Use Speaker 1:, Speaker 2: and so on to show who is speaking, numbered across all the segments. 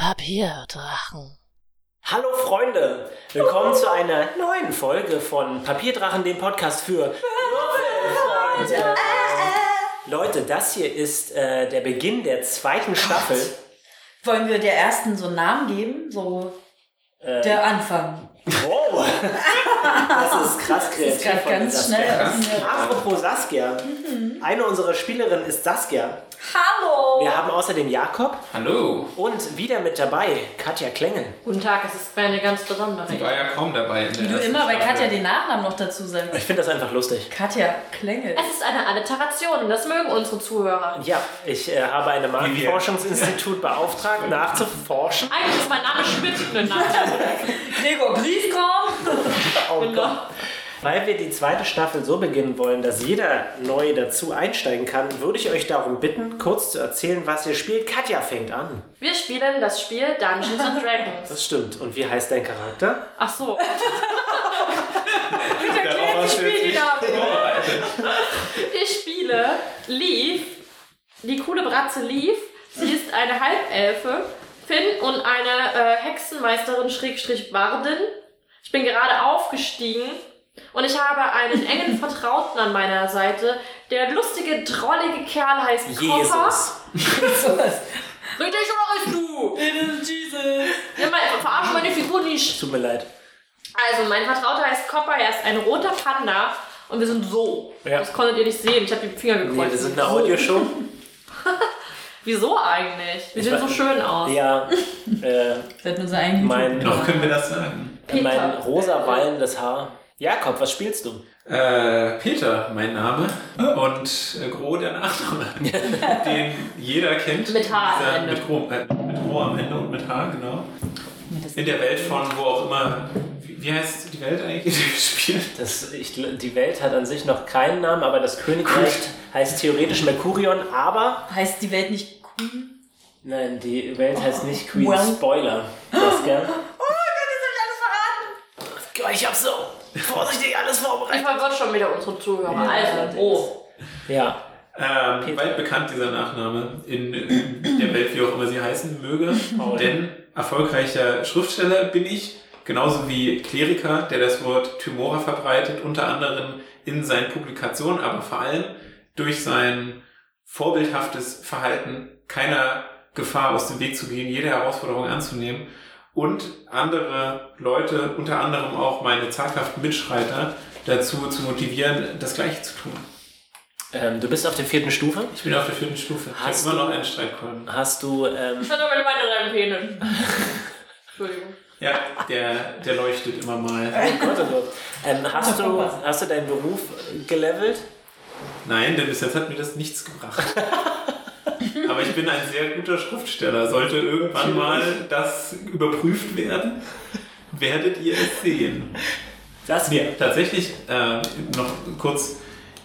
Speaker 1: ab hier, Drachen.
Speaker 2: Hallo Freunde, willkommen zu einer neuen Folge von Papierdrachen, dem Podcast für Würfelfreunde. Leute, das hier ist äh, der Beginn der zweiten Staffel.
Speaker 3: Wollen wir der ersten so einen Namen geben? So der Anfang.
Speaker 2: Wow, das ist krass
Speaker 3: Das
Speaker 2: kreativ
Speaker 3: ist gerade
Speaker 2: von
Speaker 3: ganz
Speaker 2: Saskia.
Speaker 3: schnell Mhm. aus mir.
Speaker 2: Apropos Saskia, eine unserer Spielerinnen ist Saskia.
Speaker 3: Hallo!
Speaker 2: Wir haben außerdem Jakob
Speaker 4: Hallo.
Speaker 2: und wieder mit dabei Katja Klengel.
Speaker 5: Guten Tag, es ist meine ganz besondere.
Speaker 4: Ich war ja kaum dabei. In der
Speaker 3: Du
Speaker 4: ersten
Speaker 3: immer bei
Speaker 4: Staffel.
Speaker 3: Katja den Nachnamen noch dazu sagst.
Speaker 2: Ich finde das einfach lustig.
Speaker 3: Katja Klengel.
Speaker 5: Es ist eine Alliteration und das mögen unsere Zuhörer.
Speaker 2: Ja, ich äh, habe ein Marktforschungsinstitut beauftragt, nachzuforschen.
Speaker 5: Eigentlich ist mein Name Schmidt ein Name.
Speaker 3: Gregor Briefkorn.
Speaker 2: Oh Weil wir die zweite Staffel so beginnen wollen, dass jeder neu dazu einsteigen kann, würde ich euch darum bitten, kurz zu erzählen, was ihr spielt. Katja fängt an.
Speaker 5: Wir spielen das Spiel Dungeons and Dragons.
Speaker 2: Das stimmt. Und wie heißt dein Charakter?
Speaker 5: Ach so.
Speaker 4: Ja, auch was für
Speaker 5: Spiel die Ich spiele Leaf, die coole Bratze Leaf. Sie ist eine Halbelfe, Finn und eine äh, Hexenmeisterin Schrägstrich Wardin. Ich bin gerade aufgestiegen und ich habe einen engen Vertrauten an meiner Seite. Der lustige, drollige Kerl heißt Koffer.
Speaker 2: Jesus.
Speaker 5: Richtig oder ist du?
Speaker 3: It is Jesus.
Speaker 5: Ja, mein, verarsch meine Figur nicht.
Speaker 2: Tut mir leid.
Speaker 5: Also, mein Vertrauter heißt Copper, er ist ein roter Panda und wir sind so.
Speaker 2: Ja.
Speaker 5: Das konntet ihr nicht sehen, ich habe die Finger
Speaker 2: Nee,
Speaker 5: gekreuzt.
Speaker 2: wir sind eine Audioshow.
Speaker 5: Wieso eigentlich? Wir sehen so schön aus.
Speaker 2: Ja, äh,
Speaker 3: Das hat nur so ein
Speaker 2: mein,
Speaker 4: Noch können wir das sagen.
Speaker 2: mein
Speaker 5: Peter.
Speaker 2: rosa wallendes Haar. Jakob, was spielst du?
Speaker 4: Äh, Peter, mein Name. Und äh, Gro, der Nachname. den jeder kennt.
Speaker 5: Mit H am
Speaker 4: Dieser-
Speaker 5: Ende.
Speaker 4: Mit Gro, äh, mit Gro am Ende und mit H, genau. In der Welt von wo auch immer. Wie, wie heißt die Welt eigentlich, in dem Spiel?
Speaker 2: Das, ich, gl- die Welt hat an sich noch keinen Namen, aber das Königreich heißt theoretisch Mercurion, aber
Speaker 3: Heißt die Welt nicht Queen?
Speaker 2: Nein, die Welt heißt nicht Queen.
Speaker 3: Well.
Speaker 2: Spoiler. Saskia.
Speaker 3: Oh
Speaker 2: Ich hab so vorsichtig alles
Speaker 5: Ich
Speaker 2: vorbereitet.
Speaker 5: verwirrt schon wieder unsere Zuhörer. also,
Speaker 3: allerdings.
Speaker 5: oh.
Speaker 2: Ja,
Speaker 4: Ähm, weit bekannt dieser Nachname in, in der Welt, wie auch immer sie heißen möge. Denn erfolgreicher Schriftsteller bin ich, genauso wie Kleriker, der das Wort Tymora verbreitet, unter anderem in seinen Publikationen, aber vor allem durch sein vorbildhaftes Verhalten, keiner Gefahr aus dem Weg zu gehen, jede Herausforderung anzunehmen und andere Leute, unter anderem auch meine zaghaften Mitschreiter, dazu zu motivieren, das Gleiche zu tun.
Speaker 2: ähm, du bist auf der vierten Stufe.
Speaker 4: Ich bin auf der vierten Stufe. Ich habe
Speaker 2: Hast
Speaker 4: immer
Speaker 2: du-
Speaker 4: noch einen Streitkolben.
Speaker 2: Hast du, ähm,
Speaker 5: Ich hatte aber meine deinen Penis. Entschuldigung.
Speaker 4: Ja, der, der leuchtet immer mal.
Speaker 2: oh Gott, oh Gott. Ähm, hast, du, hast du deinen Beruf gelevelt?
Speaker 4: Nein, denn bis jetzt hat mir das nichts gebracht. Aber ich bin ein sehr guter Schriftsteller. Sollte irgendwann mal das überprüft werden, werdet ihr es sehen.
Speaker 2: Das
Speaker 4: Nee, tatsächlich äh, noch kurz.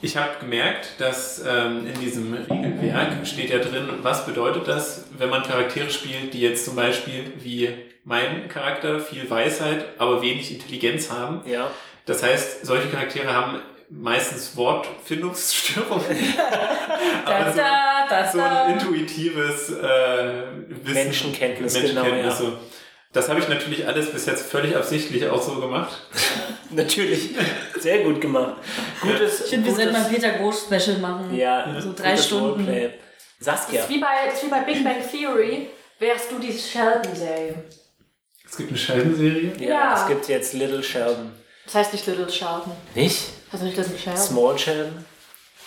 Speaker 4: Ich habe gemerkt, dass ähm, in diesem Regelwerk steht ja drin, was bedeutet das, wenn man Charaktere spielt, die jetzt zum Beispiel wie mein Charakter viel Weisheit, aber wenig Intelligenz haben.
Speaker 2: Ja.
Speaker 4: Das heißt, solche Charaktere haben meistens Wortfindungsstörungen,
Speaker 3: Da, da, da,
Speaker 4: Also, so ein
Speaker 3: da.
Speaker 4: intuitives äh, Wissen.
Speaker 2: Menschenkenntnis,
Speaker 4: Menschenkenntnisse.
Speaker 2: genau,
Speaker 4: Das habe ich natürlich alles bis jetzt völlig absichtlich auch so gemacht.
Speaker 2: Natürlich. Sehr gut gemacht. Gutes.
Speaker 3: Ich finde, wir sollten mal ein
Speaker 2: gutes,
Speaker 3: Peter Groß Special machen.
Speaker 2: ja,
Speaker 3: So drei
Speaker 2: gutes
Speaker 3: Stunden.
Speaker 2: Roleplay.
Speaker 5: Das
Speaker 2: Saskia.
Speaker 5: ist wie bei, das ist wie bei Big Bang Theory. Wärst du die Sheldon-Serie?
Speaker 4: Es gibt eine Scheldenserie.
Speaker 2: Ja,
Speaker 5: Ja.
Speaker 2: Es gibt jetzt Little Sheldon.
Speaker 5: Das heißt nicht Little Sheldon.
Speaker 2: Nicht?
Speaker 5: Heißt nicht Little Sheldon?
Speaker 2: Small Sheldon?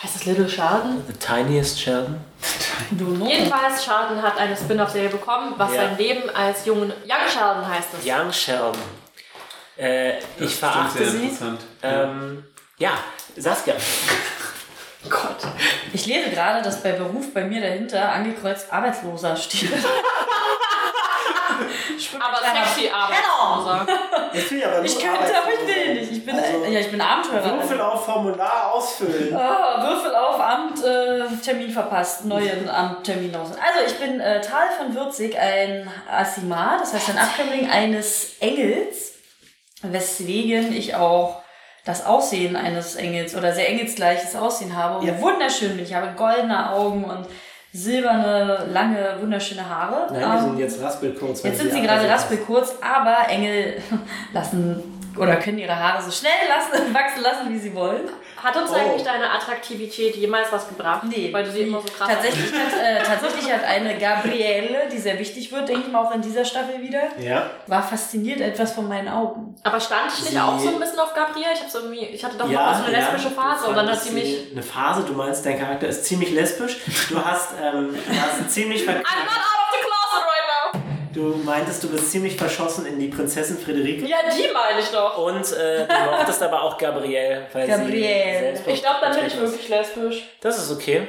Speaker 5: Heißt das Little Sheldon?
Speaker 2: The tiniest Sheldon?
Speaker 3: Du ne? noch.
Speaker 5: Jedenfalls, Sheldon hat eine Spin-off-Serie bekommen, was
Speaker 2: Ja.
Speaker 5: sein Leben als jungen Young Sheldon heißt es.
Speaker 2: Young Sheldon. Äh, ich verachte
Speaker 4: sehr
Speaker 2: sie.
Speaker 4: interessant.
Speaker 2: Ähm, ja, Saskia.
Speaker 5: Oh Gott.
Speaker 3: Ich lese gerade, dass bei Beruf bei mir dahinter angekreuzt Arbeitsloser steht. Ich bin
Speaker 5: Aber
Speaker 3: ein kleiner-
Speaker 5: sexy Arbeitsloser.
Speaker 2: Ich will aber
Speaker 3: Ich könnte, aber ich will nicht. Ich bin,
Speaker 2: Also,
Speaker 3: ja, ich bin Abenteurerin.
Speaker 2: auf Formular ausfüllen.
Speaker 3: Ah, Würfel auf Amt, äh, Termin verpasst, neuen Amttermin aus. Also ich bin äh, Tal von Würzig, ein Asimar, das heißt ein Abkömmling eines Engels, weswegen ich auch das Aussehen eines Engels oder sehr engelsgleiches Aussehen habe und wunderschön bin. Ich habe goldene Augen und silberne, lange, wunderschöne Haare.
Speaker 2: Nein,
Speaker 5: Ah.
Speaker 2: wir
Speaker 3: Ähm,
Speaker 2: sind jetzt raspelkurz. weil
Speaker 3: Jetzt sind sie
Speaker 2: die
Speaker 3: gerade
Speaker 2: Haare-
Speaker 3: raspelkurz, aber Engel lassen oder können ihre Haare so schnell lassen, wachsen lassen, wie sie wollen.
Speaker 5: Hat uns
Speaker 2: Oh.
Speaker 5: eigentlich deine Attraktivität jemals was gebracht? Weil du sie immer so krass
Speaker 3: tatsächlich hat, äh, tatsächlich hat eine Gabriele, die sehr wichtig wird, denke ich mal auch in dieser Staffel wieder,
Speaker 2: Ja.
Speaker 3: war fasziniert etwas von meinen Augen.
Speaker 5: Aber stand ich nicht
Speaker 2: Sie-
Speaker 5: auch so ein bisschen auf Gabriel? Ich, hab's irgendwie, ich hatte doch mal so eine lesbische Phase und dann hat sie mich.
Speaker 2: Eine Phase, du meinst, dein Charakter ist ziemlich lesbisch. Du hast, ähm, du hast ziemlich ver-
Speaker 5: I'm not out of the closet right now!
Speaker 2: Du meintest, du bist ziemlich verschossen in die Prinzessin Friederike.
Speaker 5: Ja, die meine ich doch.
Speaker 2: Und äh, du mochtest aber auch Gabrielle, weil
Speaker 3: Gabrielle.
Speaker 2: sie selbst-
Speaker 5: Ich glaube, dann bin ich wirklich lesbisch.
Speaker 2: Das ist okay.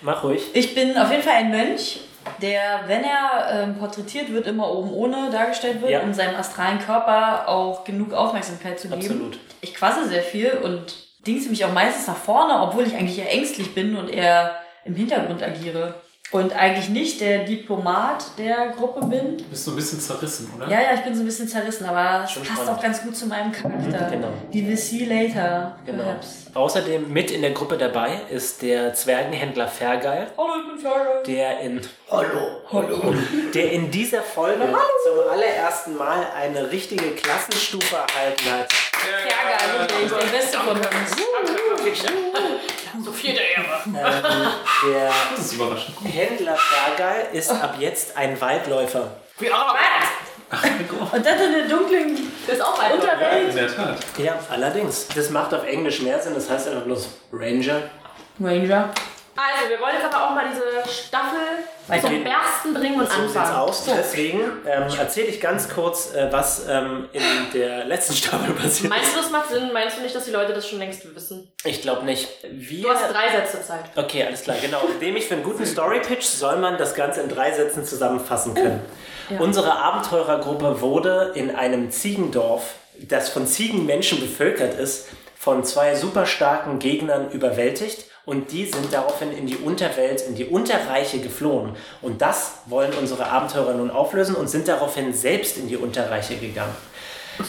Speaker 2: Mach ruhig.
Speaker 3: Ich bin auf jeden Fall ein Mönch, der, wenn er ähm, porträtiert wird, immer oben ohne dargestellt wird,
Speaker 2: Ja.
Speaker 3: um seinem astralen Körper auch genug Aufmerksamkeit zu geben.
Speaker 2: Absolut.
Speaker 3: Ich quasse sehr viel und dingse mich auch meistens nach vorne, obwohl ich eigentlich eher ängstlich bin und eher im Hintergrund agiere. Und eigentlich nicht der Diplomat der Gruppe bin.
Speaker 4: Du bist so ein bisschen zerrissen, oder?
Speaker 3: Ja, ja, ich bin so ein bisschen zerrissen, aber es
Speaker 2: Schon
Speaker 3: passt
Speaker 2: spannend.
Speaker 3: auch ganz gut zu meinem Charakter.
Speaker 2: Mhm, genau.
Speaker 3: Die will see later,
Speaker 2: Genau.
Speaker 3: perhaps.
Speaker 2: Außerdem mit in der Gruppe dabei ist der Zwergenhändler Fergal,
Speaker 3: Hallo, ich bin Flora.
Speaker 2: der in Hallo, hallo, der in dieser Folge zum allerersten Mal eine richtige Klassenstufe erhalten hat.
Speaker 3: Fergal, wirklich, der Beste von uns. ne?
Speaker 5: So viel der Ehre.
Speaker 2: Ähm, der
Speaker 4: Das ist überraschend gut.
Speaker 2: Händler Fergal ist ab jetzt ein Waldläufer.
Speaker 5: Wie auch
Speaker 3: Und dann in der dunklen
Speaker 5: Das ist auch ein
Speaker 4: Ja,
Speaker 3: Unterwelt.
Speaker 4: in der Tat.
Speaker 2: Ja, allerdings. Das macht auf Englisch mehr Sinn, das heißt einfach bloß Ranger.
Speaker 3: Ranger.
Speaker 5: Also, wir wollen jetzt aber auch mal diese Staffel
Speaker 2: Okay.
Speaker 5: zum Bersten bringen und
Speaker 2: So sieht's
Speaker 5: anfangen.
Speaker 2: aus. Deswegen ähm, erzähle ich ganz kurz, äh, was ähm, in der letzten Staffel passiert ist.
Speaker 5: Meinst du, das macht Sinn? Meinst du nicht, dass die Leute das schon längst wissen?
Speaker 2: Ich glaube nicht. Wir
Speaker 5: Du hast drei Sätze Zeit.
Speaker 2: Okay, alles klar, genau. Nämlich für einen guten Story-Pitch soll man das Ganze in drei Sätzen zusammenfassen können. Unsere Abenteurergruppe wurde in einem Ziegendorf, das von Ziegenmenschen bevölkert ist, von zwei superstarken Gegnern überwältigt und die sind daraufhin in die Unterwelt, in die Unterreiche geflohen. Und das wollen unsere Abenteurer nun auflösen und sind daraufhin selbst in die Unterreiche gegangen.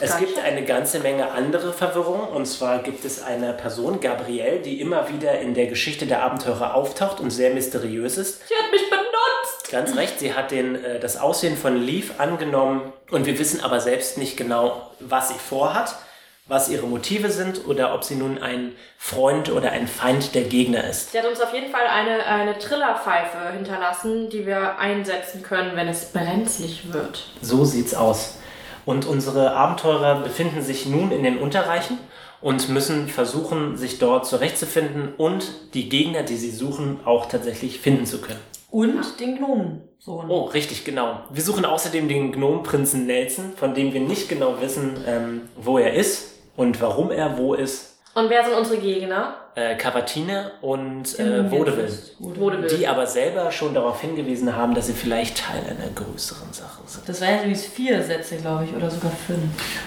Speaker 2: Es gibt eine ganze Menge andere Verwirrung. Und zwar gibt es eine Person, Gabrielle, die immer wieder in der Geschichte der Abenteurer auftaucht und sehr mysteriös ist.
Speaker 5: Die hat mich benutzt!
Speaker 2: Ganz recht, sie hat den, äh, das Aussehen von Leaf angenommen. Und wir wissen aber selbst nicht genau, was sie vorhat, was ihre Motive sind oder ob sie nun ein Freund oder ein Feind der Gegner ist.
Speaker 5: Sie hat uns auf jeden Fall eine, eine Trillerpfeife hinterlassen, die wir einsetzen können, wenn es brenzlig wird.
Speaker 2: So sieht's aus. Und unsere Abenteurer befinden sich nun in den Unterreichen und müssen versuchen, sich dort zurechtzufinden und die Gegner, die sie suchen, auch tatsächlich finden zu können.
Speaker 3: Und den Gnomensohn.
Speaker 2: Oh, richtig, genau. Wir suchen außerdem den Gnomprinzen Nelson, von dem wir nicht genau wissen, ähm, wo er ist und warum er wo ist.
Speaker 5: Und wer sind unsere Gegner?
Speaker 2: Äh, Cavatine und
Speaker 3: Genau,
Speaker 2: äh, Vaudeville.
Speaker 5: Vaudeville.
Speaker 2: Die aber selber schon darauf hingewiesen haben, dass sie vielleicht Teil einer größeren Sache sind.
Speaker 3: Das waren jetzt übrigens vier Sätze, glaube ich, oder sogar fünf.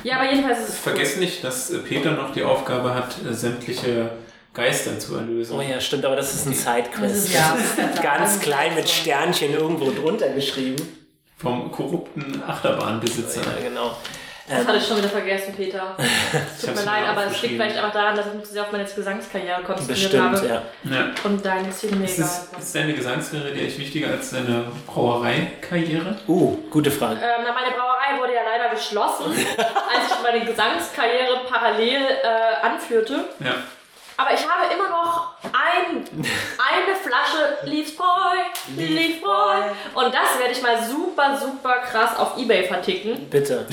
Speaker 5: Ja, aber jedenfalls ist es
Speaker 4: Vergesst nicht, dass äh, Peter noch die Aufgabe hat, äh, sämtliche Geister zu erlösen.
Speaker 2: Oh ja, stimmt, aber das ist ein Sidequest.
Speaker 3: Das ist ja
Speaker 2: ganz klein mit Sternchen irgendwo drunter geschrieben.
Speaker 4: Vom korrupten Achterbahnbesitzer.
Speaker 2: Ja, genau.
Speaker 5: Das hatte ich schon wieder vergessen, Peter. Tut mir
Speaker 4: hab's mir
Speaker 5: leid, aber es liegt
Speaker 4: aufgeschrieben.
Speaker 5: vielleicht einfach daran, dass ich mich zu sehr auf meine Gesangskarriere konzentriert
Speaker 2: Ähm, Bestimmt,
Speaker 5: habe.
Speaker 2: ja.
Speaker 4: Ja.
Speaker 5: Und deine Ziele mir
Speaker 4: Ist,
Speaker 5: egal.
Speaker 4: es, ist deine Gesangskarriere dir echt wichtiger als deine Brauereikarriere?
Speaker 2: Uh, gute Frage.
Speaker 5: Ähm, na, meine Brauerei wurde ja leider geschlossen, als ich meine Gesangskarriere parallel äh, anführte.
Speaker 4: Ja.
Speaker 5: Aber ich habe immer noch ein, eine Flasche Leaf Boy, Leaf Boy. Und das werde ich mal super, super krass auf Ebay verticken.
Speaker 2: Bitte.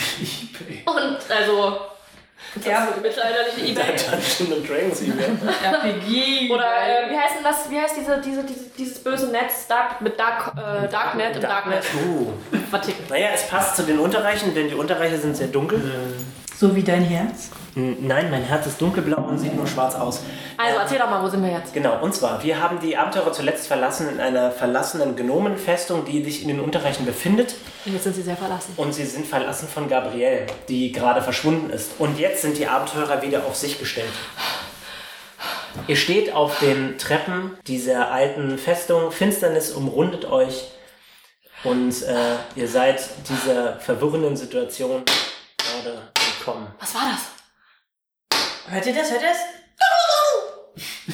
Speaker 5: Und also,
Speaker 3: Ja.
Speaker 5: das mittelalterliche Ebay.
Speaker 2: Dungeons and Dragons E-Mail.
Speaker 3: RPG.
Speaker 5: Oder
Speaker 2: ähm,
Speaker 5: äh, wie heißt denn das? Wie heißt diese, diese, diese, dieses böse Netz Dark, mit Dark, äh, Darknet im Darknet?
Speaker 2: Uh.
Speaker 5: Verticken.
Speaker 2: Naja, es passt zu den Unterreichen, denn die Unterreiche sind sehr dunkel.
Speaker 3: So wie dein Herz.
Speaker 2: N- Nein, mein Herz ist dunkelblau und sieht nur schwarz aus.
Speaker 5: Also erzähl doch mal, wo sind wir jetzt?
Speaker 2: Genau, und zwar, wir haben die Abenteurer zuletzt verlassen in einer verlassenen Gnomenfestung, die sich in den Unterreichen befindet.
Speaker 5: Und jetzt sind sie sehr verlassen.
Speaker 2: Und sie sind verlassen von Gabrielle, die gerade verschwunden ist. Und jetzt sind die Abenteurer wieder auf sich gestellt. Ihr steht auf den Treppen dieser alten Festung. Finsternis umrundet euch. Und äh, ihr seid dieser verwirrenden Situation gerade entkommen.
Speaker 5: Was war das?
Speaker 3: Hört ihr das? Hört ihr das?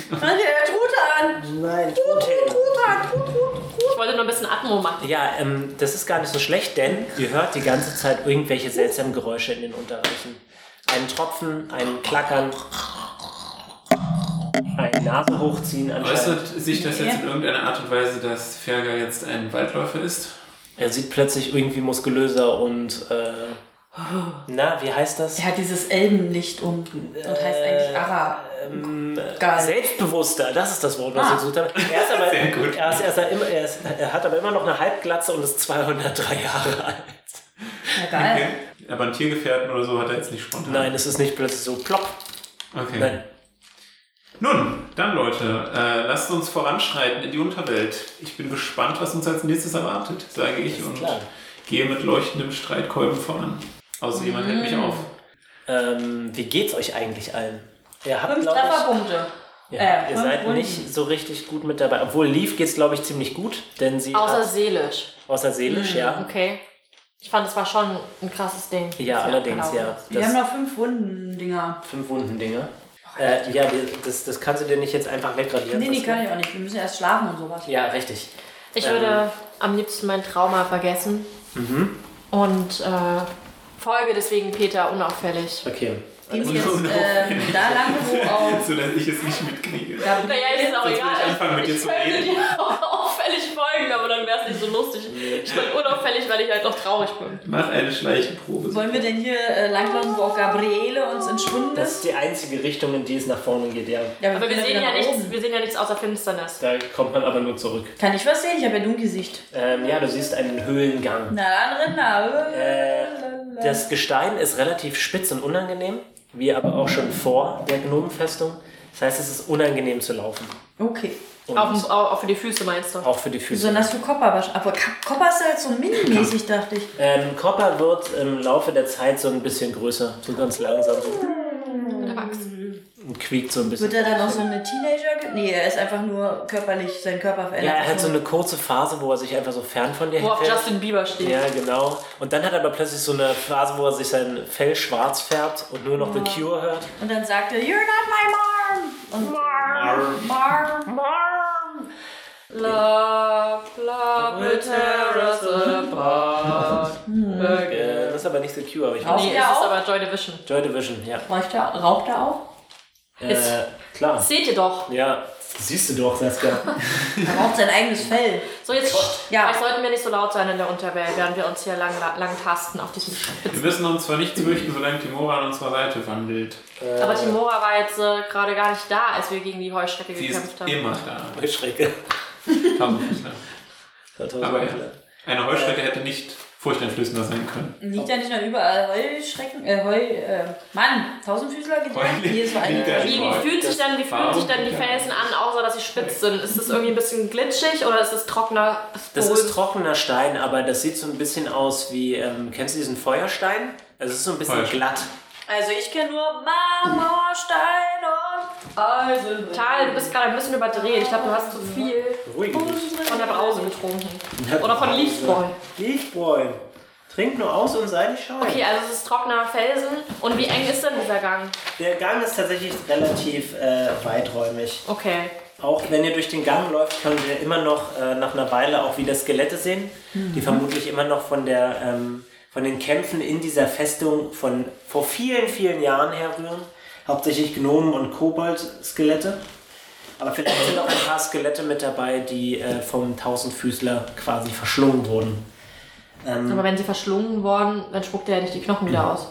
Speaker 3: Fang dir der Trute an!
Speaker 2: Nein, Truthahn.
Speaker 3: Trute an, Trute, Trute, Trute.
Speaker 5: Ich wollte noch ein bisschen Atmo machen.
Speaker 2: Ja, ähm, das ist gar nicht so schlecht, denn ihr hört die ganze Zeit irgendwelche seltsamen Geräusche in den Unterreichen. Einen Tropfen, einen Klackern, ein Nase hochziehen anscheinend.
Speaker 4: Äußert sich das jetzt in irgendeiner Art und Weise, dass Ferger jetzt ein Waldläufer ist?
Speaker 2: Er sieht plötzlich irgendwie muskulöser und, äh, na, wie heißt das?
Speaker 3: Der hat dieses Elbenlicht um und heißt eigentlich Ara.
Speaker 2: Äh, Ähm,
Speaker 3: Geil.
Speaker 2: Selbstbewusster, das ist das Wort, was
Speaker 3: Ah.
Speaker 2: ich gesucht habe. Er, ist aber,
Speaker 4: Sehr gut.
Speaker 2: Er, ist, er, ist ja immer, er, ist, er hat aber immer noch eine Halbglatze und ist 203 Jahre alt.
Speaker 3: Ja, geil.
Speaker 4: Aber einen Tiergefährten oder so hat er jetzt nicht spontan.
Speaker 2: Nein, es ist nicht plötzlich so plopp.
Speaker 4: Okay.
Speaker 2: Nein.
Speaker 4: Nun, dann Leute, äh, lasst uns voranschreiten in die Unterwelt. Ich bin gespannt, was uns als nächstes erwartet, sage ich und
Speaker 2: klar.
Speaker 4: gehe mit leuchtendem Streitkolben voran. Außer jemand hält mich auf.
Speaker 2: Ähm, wie geht's euch eigentlich allen? Ihr habt,
Speaker 3: Fünf
Speaker 2: glaube ich,
Speaker 3: Trefferpunkte.
Speaker 2: Ja,
Speaker 3: Äh,
Speaker 2: ihr
Speaker 3: fünf
Speaker 2: seid
Speaker 3: Runden.
Speaker 2: nicht so richtig gut mit dabei. Obwohl Leaf geht's, glaube ich, ziemlich gut, denn sie
Speaker 5: Außer
Speaker 2: hat,
Speaker 5: seelisch.
Speaker 2: außer
Speaker 3: Mhm.
Speaker 2: seelisch, ja.
Speaker 5: Okay. Ich fand, es war schon ein krasses Ding.
Speaker 2: Ja, allerdings, ja.
Speaker 3: genau. Wir haben
Speaker 2: Das
Speaker 3: noch fünf Runden, Dinger.
Speaker 2: fünf Wunden Dinge. Äh, ja, die- das, das kannst du dir nicht jetzt einfach wegradieren.
Speaker 3: Nee, nee,
Speaker 2: Das-
Speaker 3: kann ich auch nicht. Wir müssen erst schlafen und sowas.
Speaker 2: Ja, richtig.
Speaker 5: Ich würde am liebsten mein Trauma vergessen. Und äh, folge deswegen Peter unauffällig.
Speaker 2: Okay.
Speaker 3: Die
Speaker 2: Alles-
Speaker 3: müssen jetzt ähm, da lang, wo auch.
Speaker 4: So dass ich es nicht mitkriege.
Speaker 3: Da,
Speaker 5: Naja, ist es auch
Speaker 4: Sonst würde ich
Speaker 5: egal.
Speaker 4: anfangen, mit dir zu
Speaker 5: könnte
Speaker 4: reden.
Speaker 5: dir auch auffällig folgen, aber dann wäre es nicht so lustig. Ich bin unauffällig, weil ich halt auch traurig bin.
Speaker 4: Mach eine Schleichenprobe.
Speaker 3: wollen wir denn hier äh, langlaufen, wo auch Gabriele uns entschwunden
Speaker 2: Das ist
Speaker 3: ist?
Speaker 2: die einzige Richtung, in die es nach vorne geht, ja.
Speaker 3: Ja,
Speaker 5: Aber wir
Speaker 3: können
Speaker 5: sehen
Speaker 3: wieder
Speaker 5: ja genau.
Speaker 3: nach
Speaker 5: nichts,
Speaker 3: oben.
Speaker 5: wir sehen ja nichts außer Finsternis.
Speaker 2: Da kommt man aber nur zurück.
Speaker 3: Kann ich was sehen? Ich habe ja Dunkelsicht.
Speaker 2: Ähm, ja, du siehst einen Höhlengang.
Speaker 3: Na, dann Rinder.
Speaker 2: Äh, Das Gestein ist relativ spitz und unangenehm, wie aber auch schon vor der Gnomenfestung. Das heißt, es ist unangenehm zu laufen.
Speaker 3: Okay.
Speaker 2: Und
Speaker 5: Auch, auch, auch für die Füße meinst du?
Speaker 2: auch für die Füße.
Speaker 3: Besonders für Copper wahrscheinlich. Aber Ka- Copper ist halt so minimäßig, dachte ich.
Speaker 2: Ähm, Copper wird im Laufe der Zeit so ein bisschen größer, so ganz langsam, so
Speaker 5: Erwachsen.
Speaker 2: und quiekt so ein bisschen.
Speaker 3: Wird er dann auch so eine Teenager? Nee, er ist einfach nur körperlich, sein Körper
Speaker 2: ja,
Speaker 3: verändert.
Speaker 2: er
Speaker 3: sich
Speaker 2: hat so
Speaker 3: nur.
Speaker 2: eine kurze Phase, wo er sich einfach so fern von dir
Speaker 5: Wo auf
Speaker 2: hält.
Speaker 5: Justin Bieber steht.
Speaker 2: Ja, genau. Und dann hat er aber plötzlich so eine Phase, wo er sich sein Fell schwarz färbt und nur noch The
Speaker 3: Ah.
Speaker 2: Cure hört.
Speaker 3: Und dann sagt er, You're not my mom! Und
Speaker 4: Marm.
Speaker 3: Mom, Mom.
Speaker 5: Love, love will tear us apart.
Speaker 2: Äh, das ist aber nicht The Cure, aber ich
Speaker 3: Auch?
Speaker 2: weiß.
Speaker 5: Nee,
Speaker 3: Ja,
Speaker 5: das ist
Speaker 3: auch.
Speaker 5: aber Joy Division.
Speaker 2: Joy Division, ja.
Speaker 3: Raucht er, raucht er auch?
Speaker 2: Äh, klar.
Speaker 5: Seht ihr doch.
Speaker 2: Ja, siehst du doch, Saskia.
Speaker 3: Er raucht sein eigenes Fell.
Speaker 5: So, jetzt pst,
Speaker 3: Ja.
Speaker 5: vielleicht sollten wir nicht so laut sein in der Unterwelt, während wir uns hier lang, lang tasten auf diesem Spitz.
Speaker 4: Wir müssen uns zwar nicht fürchten, solange Timora an unserer Seite wandelt.
Speaker 5: Aber Timora war jetzt äh, gerade gar nicht da, als wir gegen die Heuschrecke
Speaker 4: Sie ist
Speaker 5: gekämpft haben.
Speaker 4: immer da.
Speaker 2: Schrecke.
Speaker 4: Tausendfüßler. Aber
Speaker 2: Aber
Speaker 4: ja, eine Heuschrecke hätte nicht furchteinflößender sein können.
Speaker 3: Liegt ja nicht nur überall Heuschrecken, äh, Heu, äh, Mann, Tausendfüßler geht
Speaker 4: Heul-
Speaker 3: Hier ist
Speaker 4: liegt
Speaker 3: ein
Speaker 4: da
Speaker 5: Wie, wie
Speaker 4: überall.
Speaker 5: fühlen sich dann, wie fühlen sich dann die
Speaker 4: Ja.
Speaker 5: Felsen an, außer dass sie spitz sind? Ist es irgendwie ein bisschen glitschig oder ist es trockener?
Speaker 2: Das
Speaker 5: Boden?
Speaker 2: ist trockener Stein, aber das sieht so ein bisschen aus wie, ähm, kennst du diesen Feuerstein? Also es ist so ein bisschen
Speaker 4: Feuerstein.
Speaker 2: glatt.
Speaker 3: Also ich kenne nur Marmorstein und Eisen.
Speaker 5: Tal, du bist gerade ein bisschen überdreht. Ich glaube, du hast zu viel
Speaker 2: Ruhig.
Speaker 5: von der Brause getrunken. Oder von Leafboy.
Speaker 2: Lichtbräun. Trink nur aus und sei nicht scheu.
Speaker 5: Okay, also es ist trockener Felsen. Und wie eng ist denn dieser Gang?
Speaker 2: Der Gang ist tatsächlich relativ äh, weiträumig.
Speaker 5: Okay.
Speaker 2: Auch wenn ihr durch den Gang läuft, könnt ihr immer noch äh, nach einer Weile auch wieder Skelette sehen, die vermutlich immer noch von, der, ähm, von den Kämpfen in dieser Festung von vor vielen, vielen Jahren herrühren. Hauptsächlich Gnomen- und Kobold-Skelette. Aber vielleicht sind auch ein paar Skelette mit dabei, die äh, vom Tausendfüßler quasi verschlungen wurden.
Speaker 4: Ähm.
Speaker 5: Aber wenn sie verschlungen worden, dann spuckt er ja nicht die Knochen wieder aus.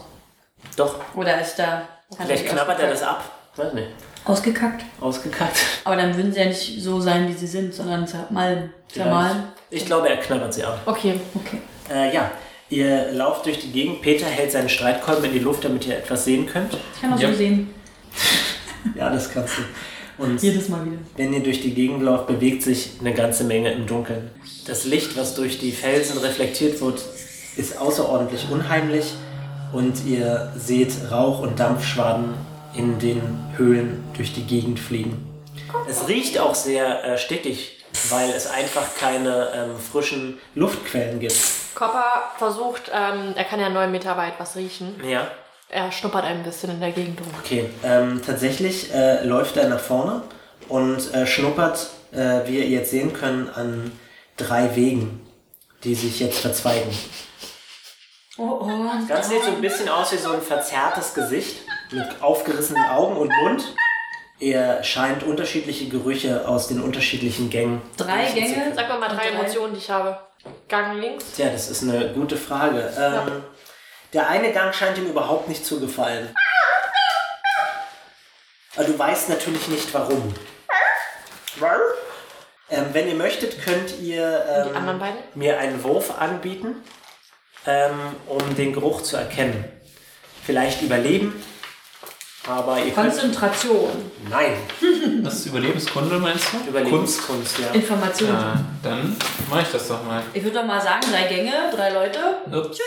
Speaker 2: Doch,
Speaker 3: Oder ist da... hat
Speaker 2: vielleicht
Speaker 3: sich
Speaker 2: knabbert er das ab. Weiß nicht.
Speaker 3: Ausgekackt.
Speaker 2: Ausgekackt.
Speaker 3: Aber dann würden sie ja nicht so sein, wie sie sind, sondern zermalmen. Zermalen.
Speaker 2: Ich glaube, er knabbert sie ab.
Speaker 5: Okay.
Speaker 3: Okay.
Speaker 2: Äh, ja, ihr lauft durch die Gegend. Peter hält seinen Streitkolben in die Luft, damit ihr etwas sehen könnt.
Speaker 3: Ich kann auch
Speaker 4: Ja.
Speaker 3: so sehen.
Speaker 2: Ja, das kannst du. Und
Speaker 3: Jedes Mal wieder.
Speaker 2: wenn ihr durch die Gegend lauft, bewegt sich eine ganze Menge im Dunkeln. Das Licht, was durch die Felsen reflektiert wird, ist außerordentlich unheimlich und ihr seht Rauch- und Dampfschwaden in den Höhlen durch die Gegend fliegen. Es riecht auch sehr äh, stickig, weil es einfach keine ähm, frischen Luftquellen gibt.
Speaker 5: Copper versucht, ähm, er kann ja neun Meter weit was riechen.
Speaker 2: Ja.
Speaker 5: Er schnuppert ein bisschen in der Gegend rum.
Speaker 2: Okay, ähm, tatsächlich äh, läuft er nach vorne und äh, schnuppert, äh, wie ihr jetzt sehen können, an drei Wegen, die sich jetzt verzweigen.
Speaker 3: Oh, oh.
Speaker 2: Das sieht so ein bisschen aus wie so ein verzerrtes Gesicht mit aufgerissenen Augen und Mund. Er scheint unterschiedliche Gerüche aus den unterschiedlichen Gängen.
Speaker 3: Drei
Speaker 2: riechen zu
Speaker 3: Gänge?
Speaker 2: können.
Speaker 5: Sag mir mal drei
Speaker 3: Drei.
Speaker 5: Emotionen, die ich habe. Gang links.
Speaker 2: Tja, das ist eine gute Frage. Ähm, der eine Gang scheint ihm überhaupt nicht zu gefallen. Aber du weißt natürlich nicht warum. Ähm, wenn ihr möchtet, könnt ihr
Speaker 5: Die anderen
Speaker 2: ähm,
Speaker 5: beiden?
Speaker 2: mir einen Wurf anbieten, ähm, um den Geruch zu erkennen. Vielleicht überleben, aber ihr könnt...
Speaker 3: Konzentration.
Speaker 2: Nein,
Speaker 4: Das ist Überlebenskunde, meinst du? Kunst.
Speaker 2: Überlebenskunst, ja.
Speaker 3: Information.
Speaker 4: Ah, dann mache ich das doch mal.
Speaker 3: Ich würde doch mal sagen, drei Gänge, drei Leute.
Speaker 4: Ups.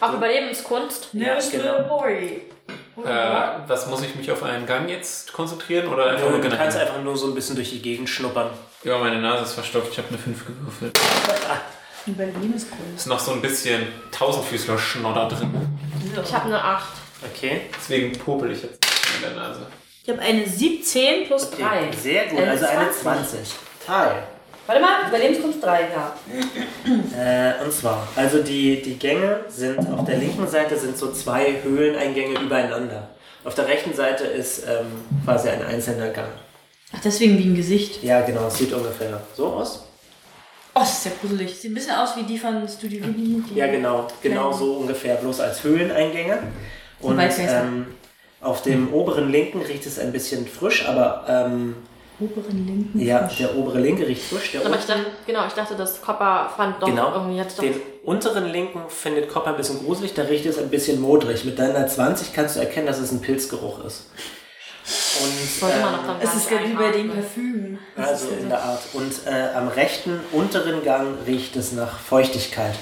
Speaker 5: Auch Überlebenskunst.
Speaker 2: Ja,
Speaker 3: Nurse
Speaker 2: genau.
Speaker 3: Will Boy. Wunderbar.
Speaker 4: Äh, was muss ich mich auf einen Gang jetzt konzentrieren oder einfach nur
Speaker 2: Du kannst
Speaker 4: generell?
Speaker 2: einfach nur so ein bisschen durch die Gegend schnuppern.
Speaker 4: Ja, meine Nase ist verstopft, ich habe eine 5 gewürfelt.
Speaker 3: Überlebenskunst.
Speaker 4: Ist noch so ein bisschen Tausendfüßler-Schnodder drin.
Speaker 5: Ich habe eine 8.
Speaker 2: Okay.
Speaker 4: Deswegen popel ich jetzt in der Nase.
Speaker 3: Ich habe eine 17 plus 3.
Speaker 2: Sehr gut,
Speaker 3: Eine
Speaker 2: also eine
Speaker 3: 20.
Speaker 2: 20. Teil.
Speaker 3: Äh, Warte mal, Überlebenskunst 3, ja.
Speaker 2: Äh, und zwar, also die, die Gänge sind auf der linken Seite sind so zwei Höhleneingänge übereinander. Auf der rechten Seite ist ähm, quasi ein einzelner Gang.
Speaker 3: Ach, deswegen wie im Gesicht.
Speaker 2: Ja, genau, es sieht ungefähr so aus.
Speaker 3: Oh, das ist ja gruselig. Sieht ein bisschen aus wie die von Studio Ghibli. die-
Speaker 2: Ja, genau, genau
Speaker 3: Klein.
Speaker 2: so ungefähr, bloß als Höhleneingänge. Und
Speaker 3: Weißweißer.
Speaker 2: ähm, auf dem oberen linken riecht es ein bisschen frisch, aber ähm,
Speaker 3: Oberen linken.
Speaker 2: ja, der obere linke riecht frisch. Der
Speaker 5: Aber
Speaker 2: untere-
Speaker 5: ich dachte,
Speaker 3: Mhm.
Speaker 5: genau, ich dachte, das Copper fand doch
Speaker 2: Genau.
Speaker 5: irgendwie jetzt doch.
Speaker 2: Den unteren linken findet Copper ein bisschen gruselig, da riecht es ein bisschen modrig. Mit deiner 20 kannst du erkennen, dass es ein Pilzgeruch ist. Und,
Speaker 5: sollte man noch
Speaker 2: ähm,
Speaker 5: dann
Speaker 3: Es ist ja wie bei dem Parfüm. Das
Speaker 2: also
Speaker 3: ist ja
Speaker 2: in
Speaker 3: so-
Speaker 2: der Art. Und äh, am rechten unteren Gang riecht es nach Feuchtigkeit.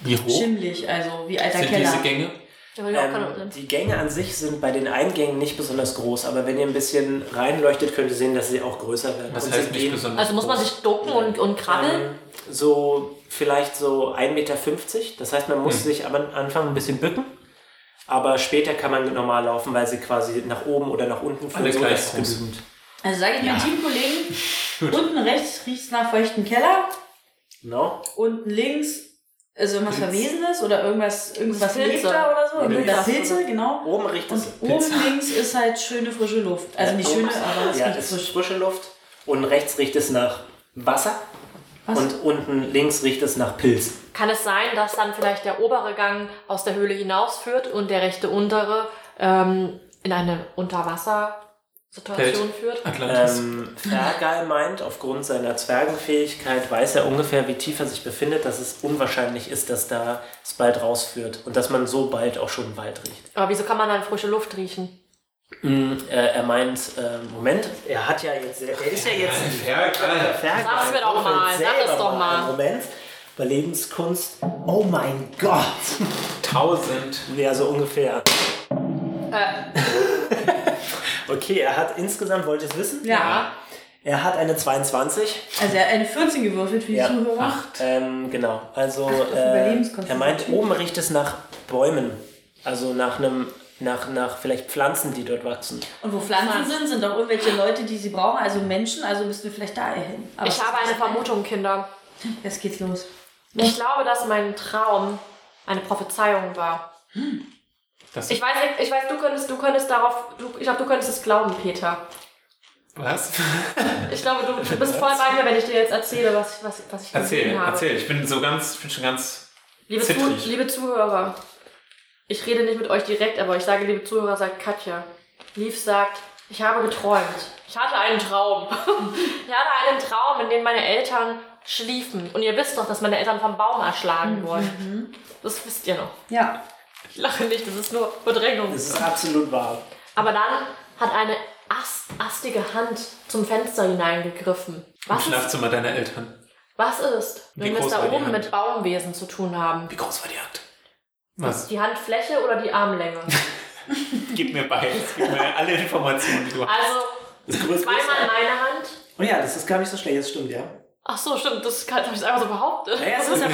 Speaker 4: Wie hoch
Speaker 3: Schimmelig, also wie alter
Speaker 4: sind
Speaker 3: Keller.
Speaker 4: diese Gänge?
Speaker 5: Der will ja auch keine
Speaker 2: Ähm, die Gänge an sich sind bei den Eingängen nicht besonders groß, aber wenn ihr ein bisschen reinleuchtet, könnt ihr sehen, dass sie auch größer werden.
Speaker 4: Das
Speaker 2: Und
Speaker 4: heißt
Speaker 2: sie
Speaker 4: nicht
Speaker 2: gehen,
Speaker 4: besonders
Speaker 5: also muss man
Speaker 4: groß.
Speaker 5: sich ducken und, und krabbeln.
Speaker 2: ähm, so vielleicht so 1,50 Meter. Das heißt, man muss
Speaker 4: Hm.
Speaker 2: sich am Anfang ein bisschen bücken, aber später kann man normal laufen, weil sie quasi nach oben oder nach unten führen.
Speaker 4: Alle
Speaker 2: So,
Speaker 4: gleich
Speaker 2: das ist
Speaker 4: groß.
Speaker 2: genügend.
Speaker 3: Also sage ich meinen Teamkollegen, unten rechts riecht es nach feuchten Keller,
Speaker 2: Genau.
Speaker 3: unten links ist irgendwas Verwesenes oder irgendwas, irgendwas
Speaker 5: Pilze.
Speaker 3: lebt da oder so.
Speaker 2: Ja,
Speaker 3: Irgendwas
Speaker 5: Pilze.
Speaker 3: Pilze, genau.
Speaker 2: Oben riecht
Speaker 3: Und
Speaker 2: es.
Speaker 4: Pilze.
Speaker 3: oben links ist halt schöne frische Luft. Also nicht
Speaker 2: Äh,
Speaker 3: schöne,
Speaker 2: oben-
Speaker 3: aber es
Speaker 2: ja,
Speaker 3: riecht
Speaker 2: es ist
Speaker 3: frisch.
Speaker 2: frische Luft. Und rechts riecht es nach Wasser.
Speaker 3: Was?
Speaker 2: Und unten links riecht es nach Pilz.
Speaker 3: Ähm.
Speaker 5: Kann es sein, dass dann vielleicht der obere Gang aus der Höhle hinausführt und der rechte untere ähm, in eine Unterwassersituation führt?
Speaker 4: Atlantis.
Speaker 2: Ähm, Fergal meint, aufgrund seiner Zwergenfähigkeit weiß er ungefähr, wie tief er sich befindet, dass es unwahrscheinlich ist, dass da es bald rausführt und dass man so bald auch schon Wald riecht.
Speaker 5: Aber wieso kann man dann frische Luft riechen?
Speaker 2: Mm, äh, er meint, äh, Moment, er hat ja jetzt, er ist ja jetzt
Speaker 4: Ja, geil.
Speaker 2: Fergal.
Speaker 5: Sag's mir doch
Speaker 2: Würfel
Speaker 5: mal, sag
Speaker 2: selber
Speaker 5: es doch mal.
Speaker 2: Moment, Überlebenskunst, oh mein Gott.
Speaker 4: 1000.
Speaker 2: Ja, so ungefähr.
Speaker 5: Äh.
Speaker 2: Okay, er hat insgesamt, wollt ihr es wissen?
Speaker 3: Ja,
Speaker 2: Er hat eine 22.
Speaker 3: also er hat eine 14 gewürfelt für die
Speaker 2: Ja.
Speaker 3: Zuhörer.
Speaker 2: Ähm, genau, also
Speaker 3: Ach, das
Speaker 2: äh,
Speaker 3: Überlebenskunst
Speaker 2: er
Speaker 3: ist
Speaker 2: meint,
Speaker 3: natürlich-
Speaker 2: oben riecht es nach Bäumen. Also nach einem, nach, nach vielleicht Pflanzen, die dort wachsen.
Speaker 3: Und wo Pflanzen sind, sind auch irgendwelche Leute, die sie brauchen, also Menschen, also müssen wir vielleicht da hin. Aber halt
Speaker 5: Ich habe eine Vermutung, Kinder.
Speaker 3: Jetzt geht's los.
Speaker 5: Ich glaube, dass mein Traum eine Prophezeiung war.
Speaker 4: Das
Speaker 5: Ich weiß, nicht- ich weiß, du könntest, du könntest darauf, du, ich glaube, du könntest es glauben, Peter.
Speaker 4: was?
Speaker 5: Ich glaube, du, du bist voll bei mir, wenn ich dir jetzt erzähle, was, was, was ich
Speaker 4: Äh, Erzähl,
Speaker 5: gesehen habe.
Speaker 4: erzähl. Ich bin so ganz, ich bin schon ganz.
Speaker 5: Liebe, Zu,
Speaker 4: Zittrig.
Speaker 5: liebe Zuhörer, ich rede nicht mit euch direkt, aber ich sage, liebe Zuhörer, sagt Katja. Lief sagt, ich habe geträumt. Ich hatte einen Traum. ich hatte einen Traum, in dem meine Eltern schliefen. Und ihr wisst doch, dass meine Eltern vom Baum erschlagen wurden. Das wisst ihr noch.
Speaker 3: Ja.
Speaker 5: Ich lache nicht, das ist nur Verdrängung.
Speaker 2: Das ist absolut wahr.
Speaker 5: Aber dann hat eine ast, astige Hand zum Fenster hineingegriffen.
Speaker 4: Im
Speaker 5: Was ist,
Speaker 4: Schlafzimmer deiner Eltern.
Speaker 5: was ist,
Speaker 4: Wie
Speaker 5: wenn wir es
Speaker 4: groß
Speaker 5: da
Speaker 4: war die
Speaker 5: oben
Speaker 4: Hand?
Speaker 5: mit Baumwesen zu tun haben?
Speaker 2: Wie groß war die Hand?
Speaker 4: Was?
Speaker 5: Die Handfläche oder die Armlänge?
Speaker 4: Gib mir beides. Gib mir alle Informationen, die du hast.
Speaker 5: Also zweimal meine Hand.
Speaker 2: Oh ja, das ist gar nicht so schlecht, das stimmt, ja.
Speaker 5: Ach so, stimmt, das kann- hab ich einfach so behauptet.
Speaker 2: Naja, es ist ja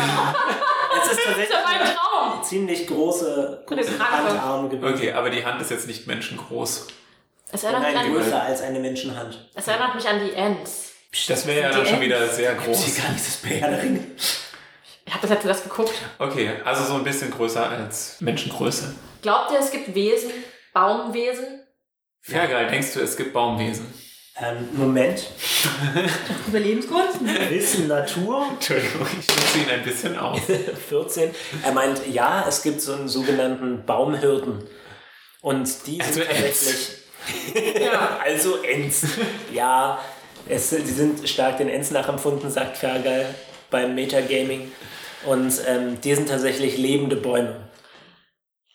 Speaker 2: Es ist
Speaker 5: Zu
Speaker 2: tatsächlich
Speaker 5: meinem Traum.
Speaker 2: ziemlich große,
Speaker 5: Eine
Speaker 2: große
Speaker 5: Kralle.
Speaker 2: Handarm gewesen.
Speaker 4: Okay, aber die Hand ist jetzt nicht menschengroß.
Speaker 5: Es erinnert,
Speaker 2: Nein,
Speaker 5: mich an,
Speaker 2: größer als eine Menschenhand.
Speaker 5: es erinnert mich an die Ents.
Speaker 4: Das wäre ja dann schon wieder sehr
Speaker 2: Oh,
Speaker 4: groß.
Speaker 2: gar nicht das Bärenring.
Speaker 5: Ich habe das letzte das geguckt.
Speaker 4: Okay, also so ein bisschen größer als Menschengröße.
Speaker 5: Glaubt ihr, es gibt Wesen, Baumwesen?
Speaker 4: Fergal, denkst du, es gibt Baumwesen?
Speaker 2: Ähm, Moment.
Speaker 3: Überlebensgrund?
Speaker 2: Wissen Natur
Speaker 4: Entschuldigung, ich nutze ihn ein bisschen aus.
Speaker 2: 14. Er meint, ja, es gibt so einen sogenannten Baumhirten. Und die sind
Speaker 4: Also Ents.
Speaker 2: tatsächlich. also Ents. Ja, es, die sind stark den Ents nachempfunden, sagt Fergal beim Metagaming. Und ähm, die sind tatsächlich lebende Bäume.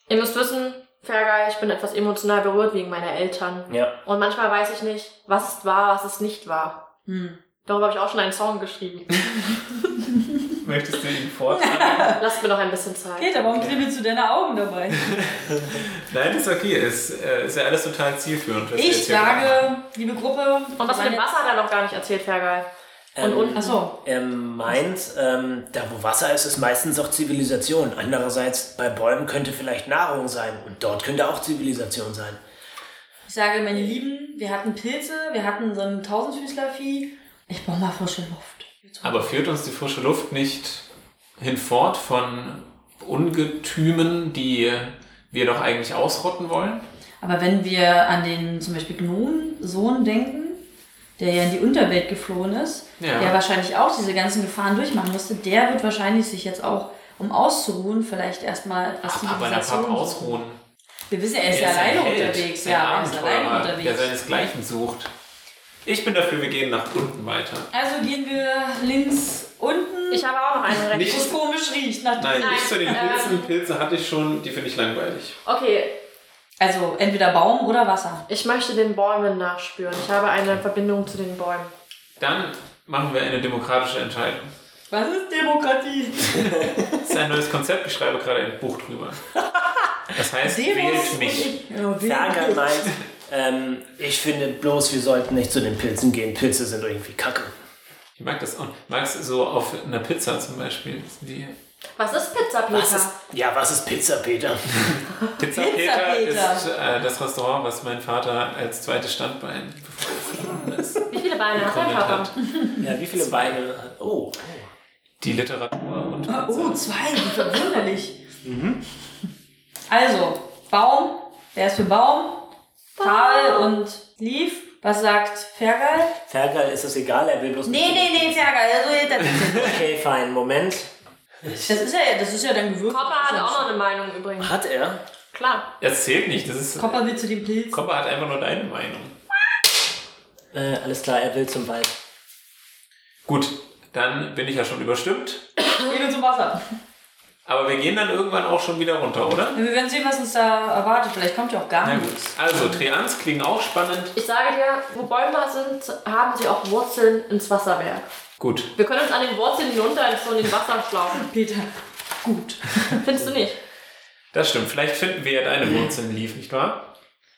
Speaker 5: Ihr müsst wissen, Fergal, ich bin etwas emotional berührt wegen meiner Eltern.
Speaker 2: Ja.
Speaker 5: Und manchmal weiß ich nicht, was ist wahr, was ist nicht wahr.
Speaker 3: Hm.
Speaker 5: Darüber habe ich auch schon einen Song geschrieben.
Speaker 4: Möchtest du ihn vortragen?
Speaker 5: Lasst mir noch ein bisschen Zeit.
Speaker 3: Peter, warum kribbelst du deine Augen dabei?
Speaker 4: Nein, das ist okay. Es äh, ist ja alles total zielführend. was wir
Speaker 3: Ich
Speaker 4: jetzt hier machen.
Speaker 3: sage, liebe Gruppe.
Speaker 5: Und was mit dem Wasser hat er noch gar nicht erzählt, Fergal. Und
Speaker 2: Ähm,
Speaker 5: unten.
Speaker 3: Achso.
Speaker 2: Er meint, ähm, da wo Wasser ist, ist meistens auch Zivilisation. Andererseits, bei Bäumen könnte vielleicht Nahrung sein. Und dort könnte auch Zivilisation sein.
Speaker 3: Ich sage, meine Lieben, wir hatten Pilze, wir hatten so ein Tausendfüßlervieh. Ich brauche mal frische Luft.
Speaker 4: Aber führt uns die frische Luft nicht hinfort von Ungetümen, die wir doch eigentlich ausrotten wollen?
Speaker 3: Aber wenn wir an den zum Beispiel Gnomen-Sohn denken, der ja in die Unterwelt geflohen ist,
Speaker 4: Ja.
Speaker 3: der wahrscheinlich auch diese ganzen Gefahren durchmachen musste, der wird wahrscheinlich sich jetzt auch, um auszuruhen, vielleicht erstmal etwas
Speaker 4: Ach, aber der Papa
Speaker 3: Zivilisation suchen.
Speaker 4: ausruhen.
Speaker 3: Wir wissen, er ist
Speaker 4: Er
Speaker 3: ja
Speaker 4: ist ein
Speaker 3: alleine
Speaker 4: Held,
Speaker 3: unterwegs.
Speaker 4: ein
Speaker 3: Ja, er ist
Speaker 4: Abenteurer,
Speaker 3: alleine
Speaker 4: Der
Speaker 3: unterwegs.
Speaker 4: seinesgleichen sucht. Ich bin dafür, wir gehen nach unten weiter.
Speaker 3: Also gehen wir links unten,
Speaker 5: Ich habe auch noch einen direkt.
Speaker 4: Nicht-
Speaker 3: wo es komisch riecht. Nach
Speaker 4: Nein,
Speaker 5: Nein,
Speaker 4: nicht zu den
Speaker 5: ähm,
Speaker 4: Pilzen. Pilze hatte ich schon, die finde ich langweilig.
Speaker 5: Okay,
Speaker 3: Also entweder Baum oder Wasser.
Speaker 5: ich möchte den Bäumen nachspüren. Ich habe eine Verbindung zu den Bäumen.
Speaker 4: Dann machen wir eine demokratische Entscheidung.
Speaker 3: Was ist Demokratie?
Speaker 4: Das ist ein neues Konzept, ich schreibe gerade ein Buch drüber. Das heißt, wählt mich.
Speaker 2: Fergal meint, ähm, ich finde bloß, wir sollten nicht zu den Pilzen gehen. Pilze sind irgendwie kacke.
Speaker 4: Ich mag das auch. Magst so auf einer Pizza zum Beispiel. Die
Speaker 5: Was ist Pizza, Peter?
Speaker 2: Was ist, ja, was ist Pizza, Peter?
Speaker 3: Pizza
Speaker 4: Pizza, Peter
Speaker 3: Peter.
Speaker 4: ist äh, das Restaurant, was mein Vater als zweites Standbein, bevor er verstorben ist,
Speaker 5: Wie viele Beine hat dein
Speaker 4: gegründet
Speaker 5: Papa?
Speaker 4: hat.
Speaker 2: Ja, wie viele Beine? Oh,
Speaker 4: Die Literatur und
Speaker 3: Oh, zwei, wie verwunderlich.
Speaker 4: Mhm.
Speaker 3: Also, Baum, wer ist für Baum? Tal und Leaf. Was sagt Fergal?
Speaker 2: Fergal ist es egal, er will bloß
Speaker 3: Nee, nee, nee, Fergal, also geht das nicht.
Speaker 2: Okay, fein, Moment.
Speaker 3: Das ist ja, das ist ja dann gewürfelt.
Speaker 5: Papa hat auch noch eine Meinung übrigens.
Speaker 2: Hat er?
Speaker 5: Klar.
Speaker 4: Das zählt nicht. Das ist.
Speaker 3: Kopper will zu dem Pilz.
Speaker 4: Kopper hat einfach nur deine Meinung.
Speaker 2: Äh, alles klar, er will zum Wald.
Speaker 4: Gut, dann bin ich ja schon überstimmt.
Speaker 3: Ich will zum Wasser.
Speaker 4: Aber wir gehen dann irgendwann auch schon wieder runter, oder?
Speaker 3: Wir werden sehen, was uns da erwartet. Vielleicht kommt ja auch gar
Speaker 4: Na
Speaker 3: nichts.
Speaker 4: gut. Also, Treants klingen auch spannend.
Speaker 5: Ich sage dir, wo Bäume sind, haben sie auch Wurzeln ins Wasserwerk.
Speaker 4: Gut.
Speaker 5: Wir können uns an den Wurzeln hinunter in so den Wasserschlauch.
Speaker 3: Peter, gut.
Speaker 5: Findest du nicht?
Speaker 4: Das stimmt. Vielleicht finden wir ja deine Wurzeln lief, nicht wahr?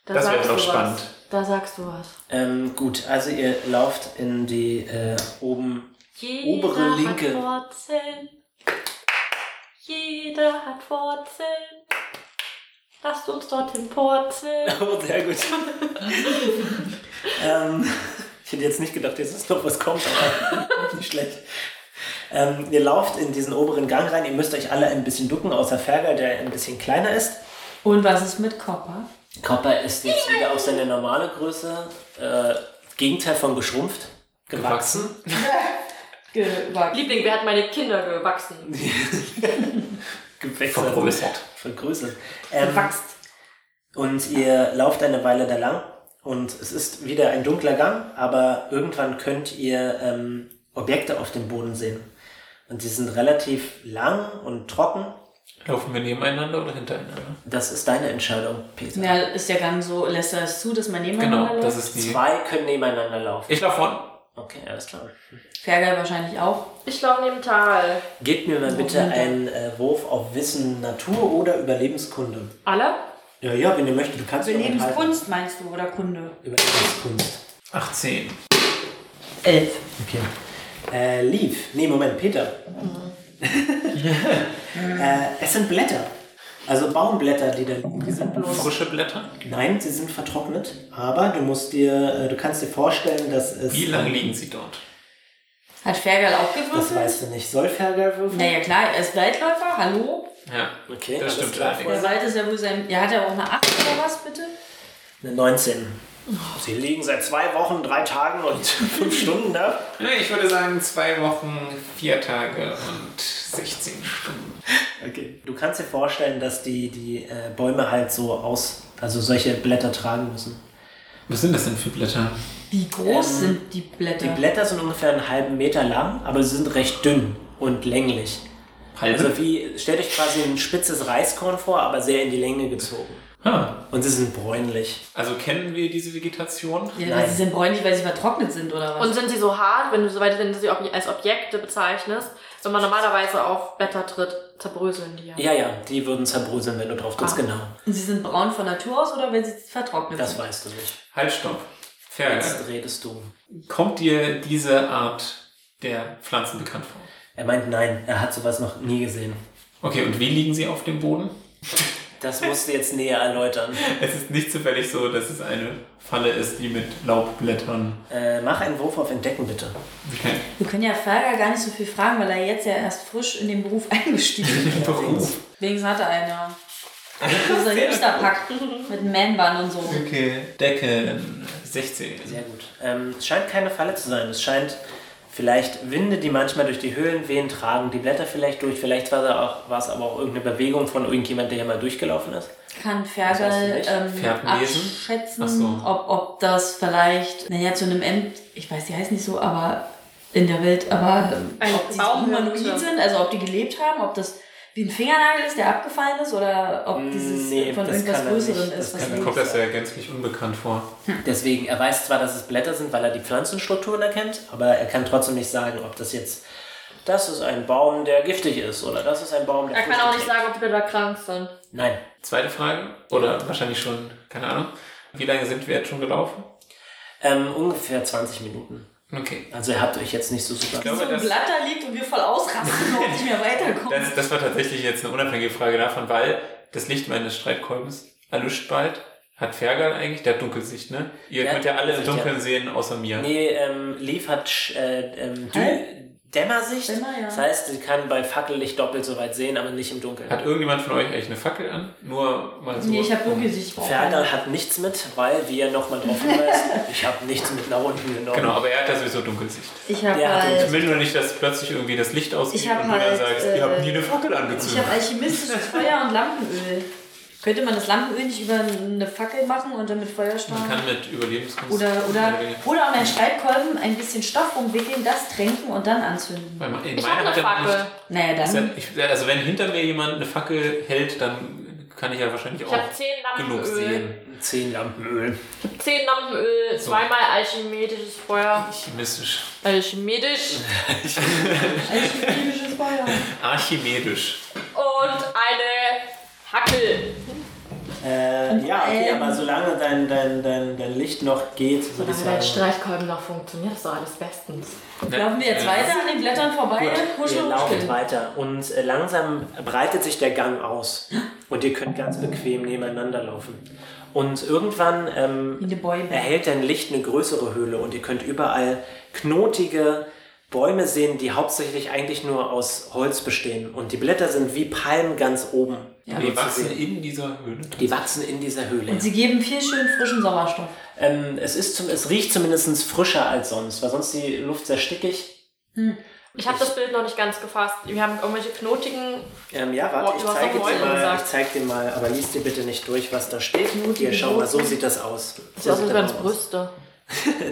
Speaker 5: Da
Speaker 4: Das wäre
Speaker 5: sagst
Speaker 4: doch
Speaker 5: du was.
Speaker 4: spannend.
Speaker 5: Da sagst du was.
Speaker 2: Ähm, gut, also ihr lauft in die äh, oben.
Speaker 5: Jeder
Speaker 2: Obere Linke.
Speaker 5: hat Wurzeln. Jeder hat Wurzeln. Lasst uns dorthin purzeln.
Speaker 2: Oh, sehr gut. ähm, ich hätte jetzt nicht gedacht, dass jetzt noch was kommt, aber nicht schlecht. Ähm, ihr lauft in diesen oberen Gang rein, ihr müsst euch alle ein bisschen ducken, außer Fergal, der ein bisschen kleiner ist.
Speaker 3: Und was ist mit Kopper?
Speaker 2: Körper ist jetzt wieder auf seine normale Größe. Äh, Gegenteil von geschrumpft. Gewachsen.
Speaker 4: Gewachsen?
Speaker 3: Gewagt.
Speaker 5: Liebling, wer hat meine Kinder gewachsen?
Speaker 2: Gewächsert.
Speaker 4: Vergrößert.
Speaker 2: Vergrößert. Ähm,
Speaker 3: Gewachst.
Speaker 2: und ihr lauft eine Weile da lang. Und es ist wieder ein dunkler Gang, aber irgendwann könnt ihr ähm, Objekte auf dem Boden sehen. Und die sind relativ lang und trocken.
Speaker 4: Laufen wir nebeneinander oder hintereinander?
Speaker 2: Das ist deine Entscheidung, Peter.
Speaker 3: Ja, ist ja Gang so, lässt er es zu, dass man nebeneinander
Speaker 4: Genau,
Speaker 3: läuft?
Speaker 4: das ist die.
Speaker 2: Zwei können nebeneinander laufen.
Speaker 4: Ich laufe vorne.
Speaker 2: Okay, alles klar.
Speaker 3: Fergal wahrscheinlich auch.
Speaker 5: Ich glaube neben Tal.
Speaker 2: Gebt mir mal bitte einen äh, Wurf auf Wissen, Natur oder Überlebenskunde.
Speaker 5: Alle?
Speaker 2: Ja, ja, wenn ihr möchtet, du kannst dich auch enthalten.
Speaker 3: Überlebenskunst meinst du oder Kunde?
Speaker 2: Überlebenskunst.
Speaker 4: 18.
Speaker 3: Elf.
Speaker 2: Okay. Äh, Leaf. Nee, Moment, Peter. äh, es sind Blätter. Also Baumblätter, die da liegen. Die sind bloß
Speaker 4: Frische Blätter.
Speaker 2: Nein, sie sind vertrocknet, aber du musst dir, äh, du kannst dir vorstellen, dass es.
Speaker 4: Wie lange liegen sie dort?
Speaker 3: Hat Fergal auch
Speaker 2: Das
Speaker 3: gewürfelt?
Speaker 2: weißt du nicht. Soll Fergal würfeln?
Speaker 3: Naja, klar, er ist Waldläufer, hallo?
Speaker 4: Ja,
Speaker 6: Okay,
Speaker 4: das
Speaker 6: alles
Speaker 4: stimmt
Speaker 6: klar.
Speaker 4: allerdings.
Speaker 3: Der Wald ist ja wohl sein. Ja, hat er auch eine 8 oder was, bitte?
Speaker 2: Eine 19.
Speaker 6: Sie liegen seit zwei Wochen, drei Tagen und fünf Stunden da.
Speaker 4: Ja, Ich würde sagen, zwei Wochen, vier Tage und 16 Stunden.
Speaker 6: Okay.
Speaker 2: Du kannst dir vorstellen, dass die, die äh, Bäume halt so aus, also solche Blätter tragen müssen.
Speaker 4: Was sind das denn für Blätter?
Speaker 3: Wie groß sind die Blätter?
Speaker 2: Ähm, Die Blätter sind ungefähr einen halben Meter lang, aber sie sind recht dünn und länglich. Also wie, stellt euch quasi ein spitzes Reiskorn vor, aber sehr in die Länge gezogen.
Speaker 4: Ah,
Speaker 2: Und sie sind bräunlich.
Speaker 4: also kennen wir diese Vegetation?
Speaker 3: ja, weil sie sind bräunlich, weil sie vertrocknet sind, oder was?
Speaker 5: Und sind sie so hart, wenn du, so- wenn du sie ob- als Objekte bezeichnest, wenn man normalerweise auf Blätter tritt, zerbröseln die ja.
Speaker 2: Ja, ja, die würden zerbröseln, wenn du drauf trittst,
Speaker 5: Ah.
Speaker 2: genau.
Speaker 3: Und sie sind braun von Natur aus oder weil sie vertrocknet
Speaker 2: Das
Speaker 3: sind?
Speaker 2: weißt du nicht.
Speaker 4: Halt, stopp. Fergal.
Speaker 2: Jetzt redest du.
Speaker 4: Kommt dir diese Art der Pflanzen bekannt vor?
Speaker 2: Er meint nein, er hat sowas noch nie gesehen.
Speaker 4: Okay, und wie liegen sie auf dem Boden?
Speaker 2: Das musst du jetzt näher erläutern.
Speaker 4: Es ist nicht zufällig so, dass es eine Falle ist, die mit Laubblättern.
Speaker 2: Äh, mach einen Wurf auf Entdecken, bitte.
Speaker 4: Okay.
Speaker 3: Wir können ja Fergal gar nicht so viel fragen, weil er jetzt ja erst frisch in den Beruf eingestiegen ist.
Speaker 4: Beruf.
Speaker 3: Wenigstens hatte einer. Unser Hipsterpack mit einem Man-Bun und so.
Speaker 4: Okay. Decken. 16.
Speaker 2: Sehr gut. Ähm, es scheint keine Falle zu sein. Es scheint vielleicht Winde, die manchmal durch die Höhlen wehen, tragen die Blätter vielleicht durch. Vielleicht war, da auch, war es aber auch irgendeine Bewegung von irgendjemand, der hier mal durchgelaufen ist.
Speaker 3: Kann
Speaker 2: Das weißt du
Speaker 3: Fergal
Speaker 2: nicht.
Speaker 3: ähm,
Speaker 4: Fährten lesen?
Speaker 3: abschätzen,
Speaker 4: Ach so.
Speaker 3: ob, ob das vielleicht, naja, zu einem End, ich weiß, die heißt nicht so, aber in der Welt, aber ähm,
Speaker 5: Ein
Speaker 3: ob die
Speaker 5: Baumhirte.
Speaker 3: humanoid sind, also ob die gelebt haben, ob das wie ein Fingernagel ist, der abgefallen ist, oder ob dieses
Speaker 2: nee,
Speaker 3: von
Speaker 2: das
Speaker 3: irgendwas
Speaker 2: kann er
Speaker 3: Größerem
Speaker 2: nicht. Das
Speaker 3: ist. Was
Speaker 2: kann
Speaker 4: Dann
Speaker 2: er
Speaker 3: wir-
Speaker 4: kommt das ja gänzlich unbekannt vor.
Speaker 2: Deswegen, er weiß zwar, dass es Blätter sind, weil er die Pflanzenstrukturen erkennt, aber er kann trotzdem nicht sagen, ob das jetzt, das ist ein Baum, der giftig ist oder das ist ein Baum, der
Speaker 5: Er kann auch nicht
Speaker 2: Früchte trägt.
Speaker 5: sagen, ob die Blätter krank sind.
Speaker 2: Nein.
Speaker 4: Zweite Frage, oder wahrscheinlich schon, keine Ahnung. Wie lange sind wir jetzt schon gelaufen?
Speaker 2: Ähm, ungefähr 20 Minuten.
Speaker 4: Okay.
Speaker 2: Also ihr habt euch jetzt nicht so super...
Speaker 4: glaube,
Speaker 3: so ein
Speaker 4: das-
Speaker 3: Blatt da liegt und wir voll ausrasten, überhaupt nicht mehr weiterkommen.
Speaker 4: Das, das war tatsächlich jetzt eine unabhängige Frage davon, weil das Licht meines Streitkolbens erlischt bald. Hat Fergal eigentlich? Der hat Dunkelsicht, ne? Ihr
Speaker 2: Der hat
Speaker 4: könnt ja alle im
Speaker 2: Dunkelsicht,
Speaker 4: Dunkeln sehen, außer mir.
Speaker 2: Nee, ähm, Leaf hat sch- äh, ähm,
Speaker 3: Hä?
Speaker 2: Dü- Dämmersicht.
Speaker 3: Dämmer, ja.
Speaker 2: Das heißt, sie kann bei Fackellicht doppelt so weit sehen, aber nicht im Dunkeln.
Speaker 4: Hat irgendjemand von euch eigentlich eine Fackel an? Nur mal so.
Speaker 3: Nee, ich habe Dunkelsicht. ich brauch keine.
Speaker 2: Fergal hat nichts mit, weil, wie er nochmal drauf hinweist, ich habe nichts mit nach unten genommen.
Speaker 4: Genau, aber er hat ja sowieso Dunkelsicht.
Speaker 3: Ich habe
Speaker 2: Der hat
Speaker 4: Ich
Speaker 3: halt,
Speaker 4: will nur nicht, dass plötzlich irgendwie das Licht ausgeht
Speaker 3: Ich hab
Speaker 4: und du dann
Speaker 3: halt,
Speaker 4: sagst,
Speaker 3: äh,
Speaker 4: ihr habt nie eine Fackel
Speaker 3: ich
Speaker 4: angezündet.
Speaker 3: hab alchemistisches Feuer und Lampenöl. Könnte man das Lampenöl nicht über eine Fackel machen und dann mit Feuer
Speaker 4: Man
Speaker 3: starten?
Speaker 4: kann mit Überlebenskunst.
Speaker 3: Oder, oder,
Speaker 4: Mehr oder
Speaker 3: oder um den Streitkolben ein bisschen Stoff umwickeln, das tränken und dann anzünden.
Speaker 4: weniger. Weil
Speaker 5: Ich
Speaker 4: meine
Speaker 5: habe eine
Speaker 4: hat ja noch nicht-
Speaker 5: Fackel.
Speaker 3: Naja,
Speaker 4: Ist
Speaker 3: dann.
Speaker 4: ja- ich- Also wenn hinter mir jemand eine Fackel hält, dann kann ich ja wahrscheinlich
Speaker 5: Ich
Speaker 4: auch
Speaker 5: habe 10
Speaker 4: genug
Speaker 5: Lampenöl.
Speaker 4: sehen.
Speaker 2: Zehn Lampenöl.
Speaker 5: 10 Lampenöl, zweimal alchemetisches Feuer.
Speaker 4: Chemistisch.
Speaker 5: Alchemetisch.
Speaker 3: Alchemisches Feuer.
Speaker 4: Archimedisch.
Speaker 5: Und eine Hackel.
Speaker 2: Äh, ja, okay,
Speaker 3: Ähm.
Speaker 2: aber solange dein, dein, dein, dein Licht noch geht, würde ich
Speaker 5: Solange dein
Speaker 2: sagen.
Speaker 5: Streichkolben noch funktioniert, ist doch alles bestens.
Speaker 3: Laufen wir jetzt weiter an den Blättern vorbei?
Speaker 2: Gut, ihr
Speaker 3: Huscheln,
Speaker 2: lauft
Speaker 3: huscheln.
Speaker 2: weiter und äh, langsam breitet sich der Gang aus und ihr könnt ganz bequem nebeneinander laufen. Und irgendwann ähm,
Speaker 3: Wie eine Boyband.
Speaker 2: erhält dein Licht eine größere Höhle und ihr könnt überall knotige Bäume sehen, die hauptsächlich eigentlich nur aus Holz bestehen. Und die Blätter sind wie Palmen ganz oben.
Speaker 3: Ja.
Speaker 4: Wir
Speaker 2: nur zu
Speaker 4: wachsen
Speaker 2: sehen.
Speaker 4: in dieser Höhle.
Speaker 2: die wachsen in dieser Höhle.
Speaker 3: Und sie geben viel schön frischen Sauerstoff.
Speaker 2: Ähm, es, ist zum, es riecht zumindest frischer als sonst, weil sonst die Luft sehr stickig.
Speaker 5: Ich habe das Bild noch nicht ganz gefasst. Wir haben irgendwelche knotigen.
Speaker 2: Ähm, ja, warte,
Speaker 5: Boah,
Speaker 2: ich
Speaker 5: du hast
Speaker 2: zeige
Speaker 5: doch
Speaker 2: dir
Speaker 5: Bäume
Speaker 2: mal,
Speaker 5: gesagt.
Speaker 2: ich zeig dir mal, aber liest dir bitte nicht durch, was da steht. Hier, schau mal, so sieht das aus.
Speaker 5: Das
Speaker 2: So sieht
Speaker 5: ist aus, als
Speaker 2: der
Speaker 5: wären es
Speaker 2: Baum aus.
Speaker 5: Brüste.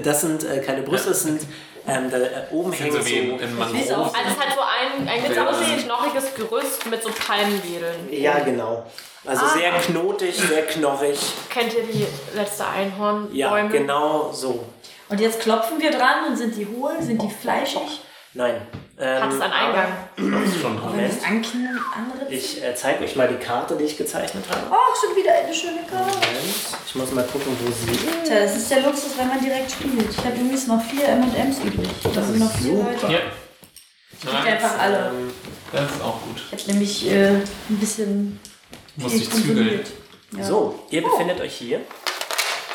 Speaker 2: Das sind äh, keine Brüste, das sind ähm, da, äh, oben hängen
Speaker 4: So wie
Speaker 2: so.
Speaker 4: in
Speaker 3: weiß
Speaker 4: Mangroven.
Speaker 3: auch.
Speaker 5: Also es hat so ein, ein ganz aussehen knochiges Gerüst mit so Palmwedeln.
Speaker 2: Ja, genau.
Speaker 3: Ah.
Speaker 2: Also sehr knotig, sehr knorrig.
Speaker 5: Kennt ihr die letzte Einhornbäume?
Speaker 2: Ja, genau so.
Speaker 3: Und jetzt klopfen wir dran und sind die hohl, sind die fleischig?
Speaker 2: Nein. Ähm,
Speaker 5: Hat es einen Eingang?
Speaker 4: schon.
Speaker 3: Wenn das anknien, andere.
Speaker 2: aber Ich äh, zeige euch mal die Karte, die ich gezeichnet habe.
Speaker 3: Ach, Oh, schon wieder eine schöne Karte.
Speaker 2: Moment. Ich muss mal gucken, wo sie ist.
Speaker 3: Tja, das ist der Luxus, wenn man direkt spielt. Ich habe übrigens noch vier M&M's übrig. Das, sind noch vier
Speaker 2: super.
Speaker 3: Leute.
Speaker 4: Ja.
Speaker 3: Einfach alle.
Speaker 2: Ähm,
Speaker 4: Das ist auch gut.
Speaker 3: Ich habe nämlich äh, ein bisschen
Speaker 4: Muss
Speaker 3: viel
Speaker 4: ich zügeln.
Speaker 3: konsumiert. Ja. Oh.
Speaker 2: So, ihr befindet euch hier.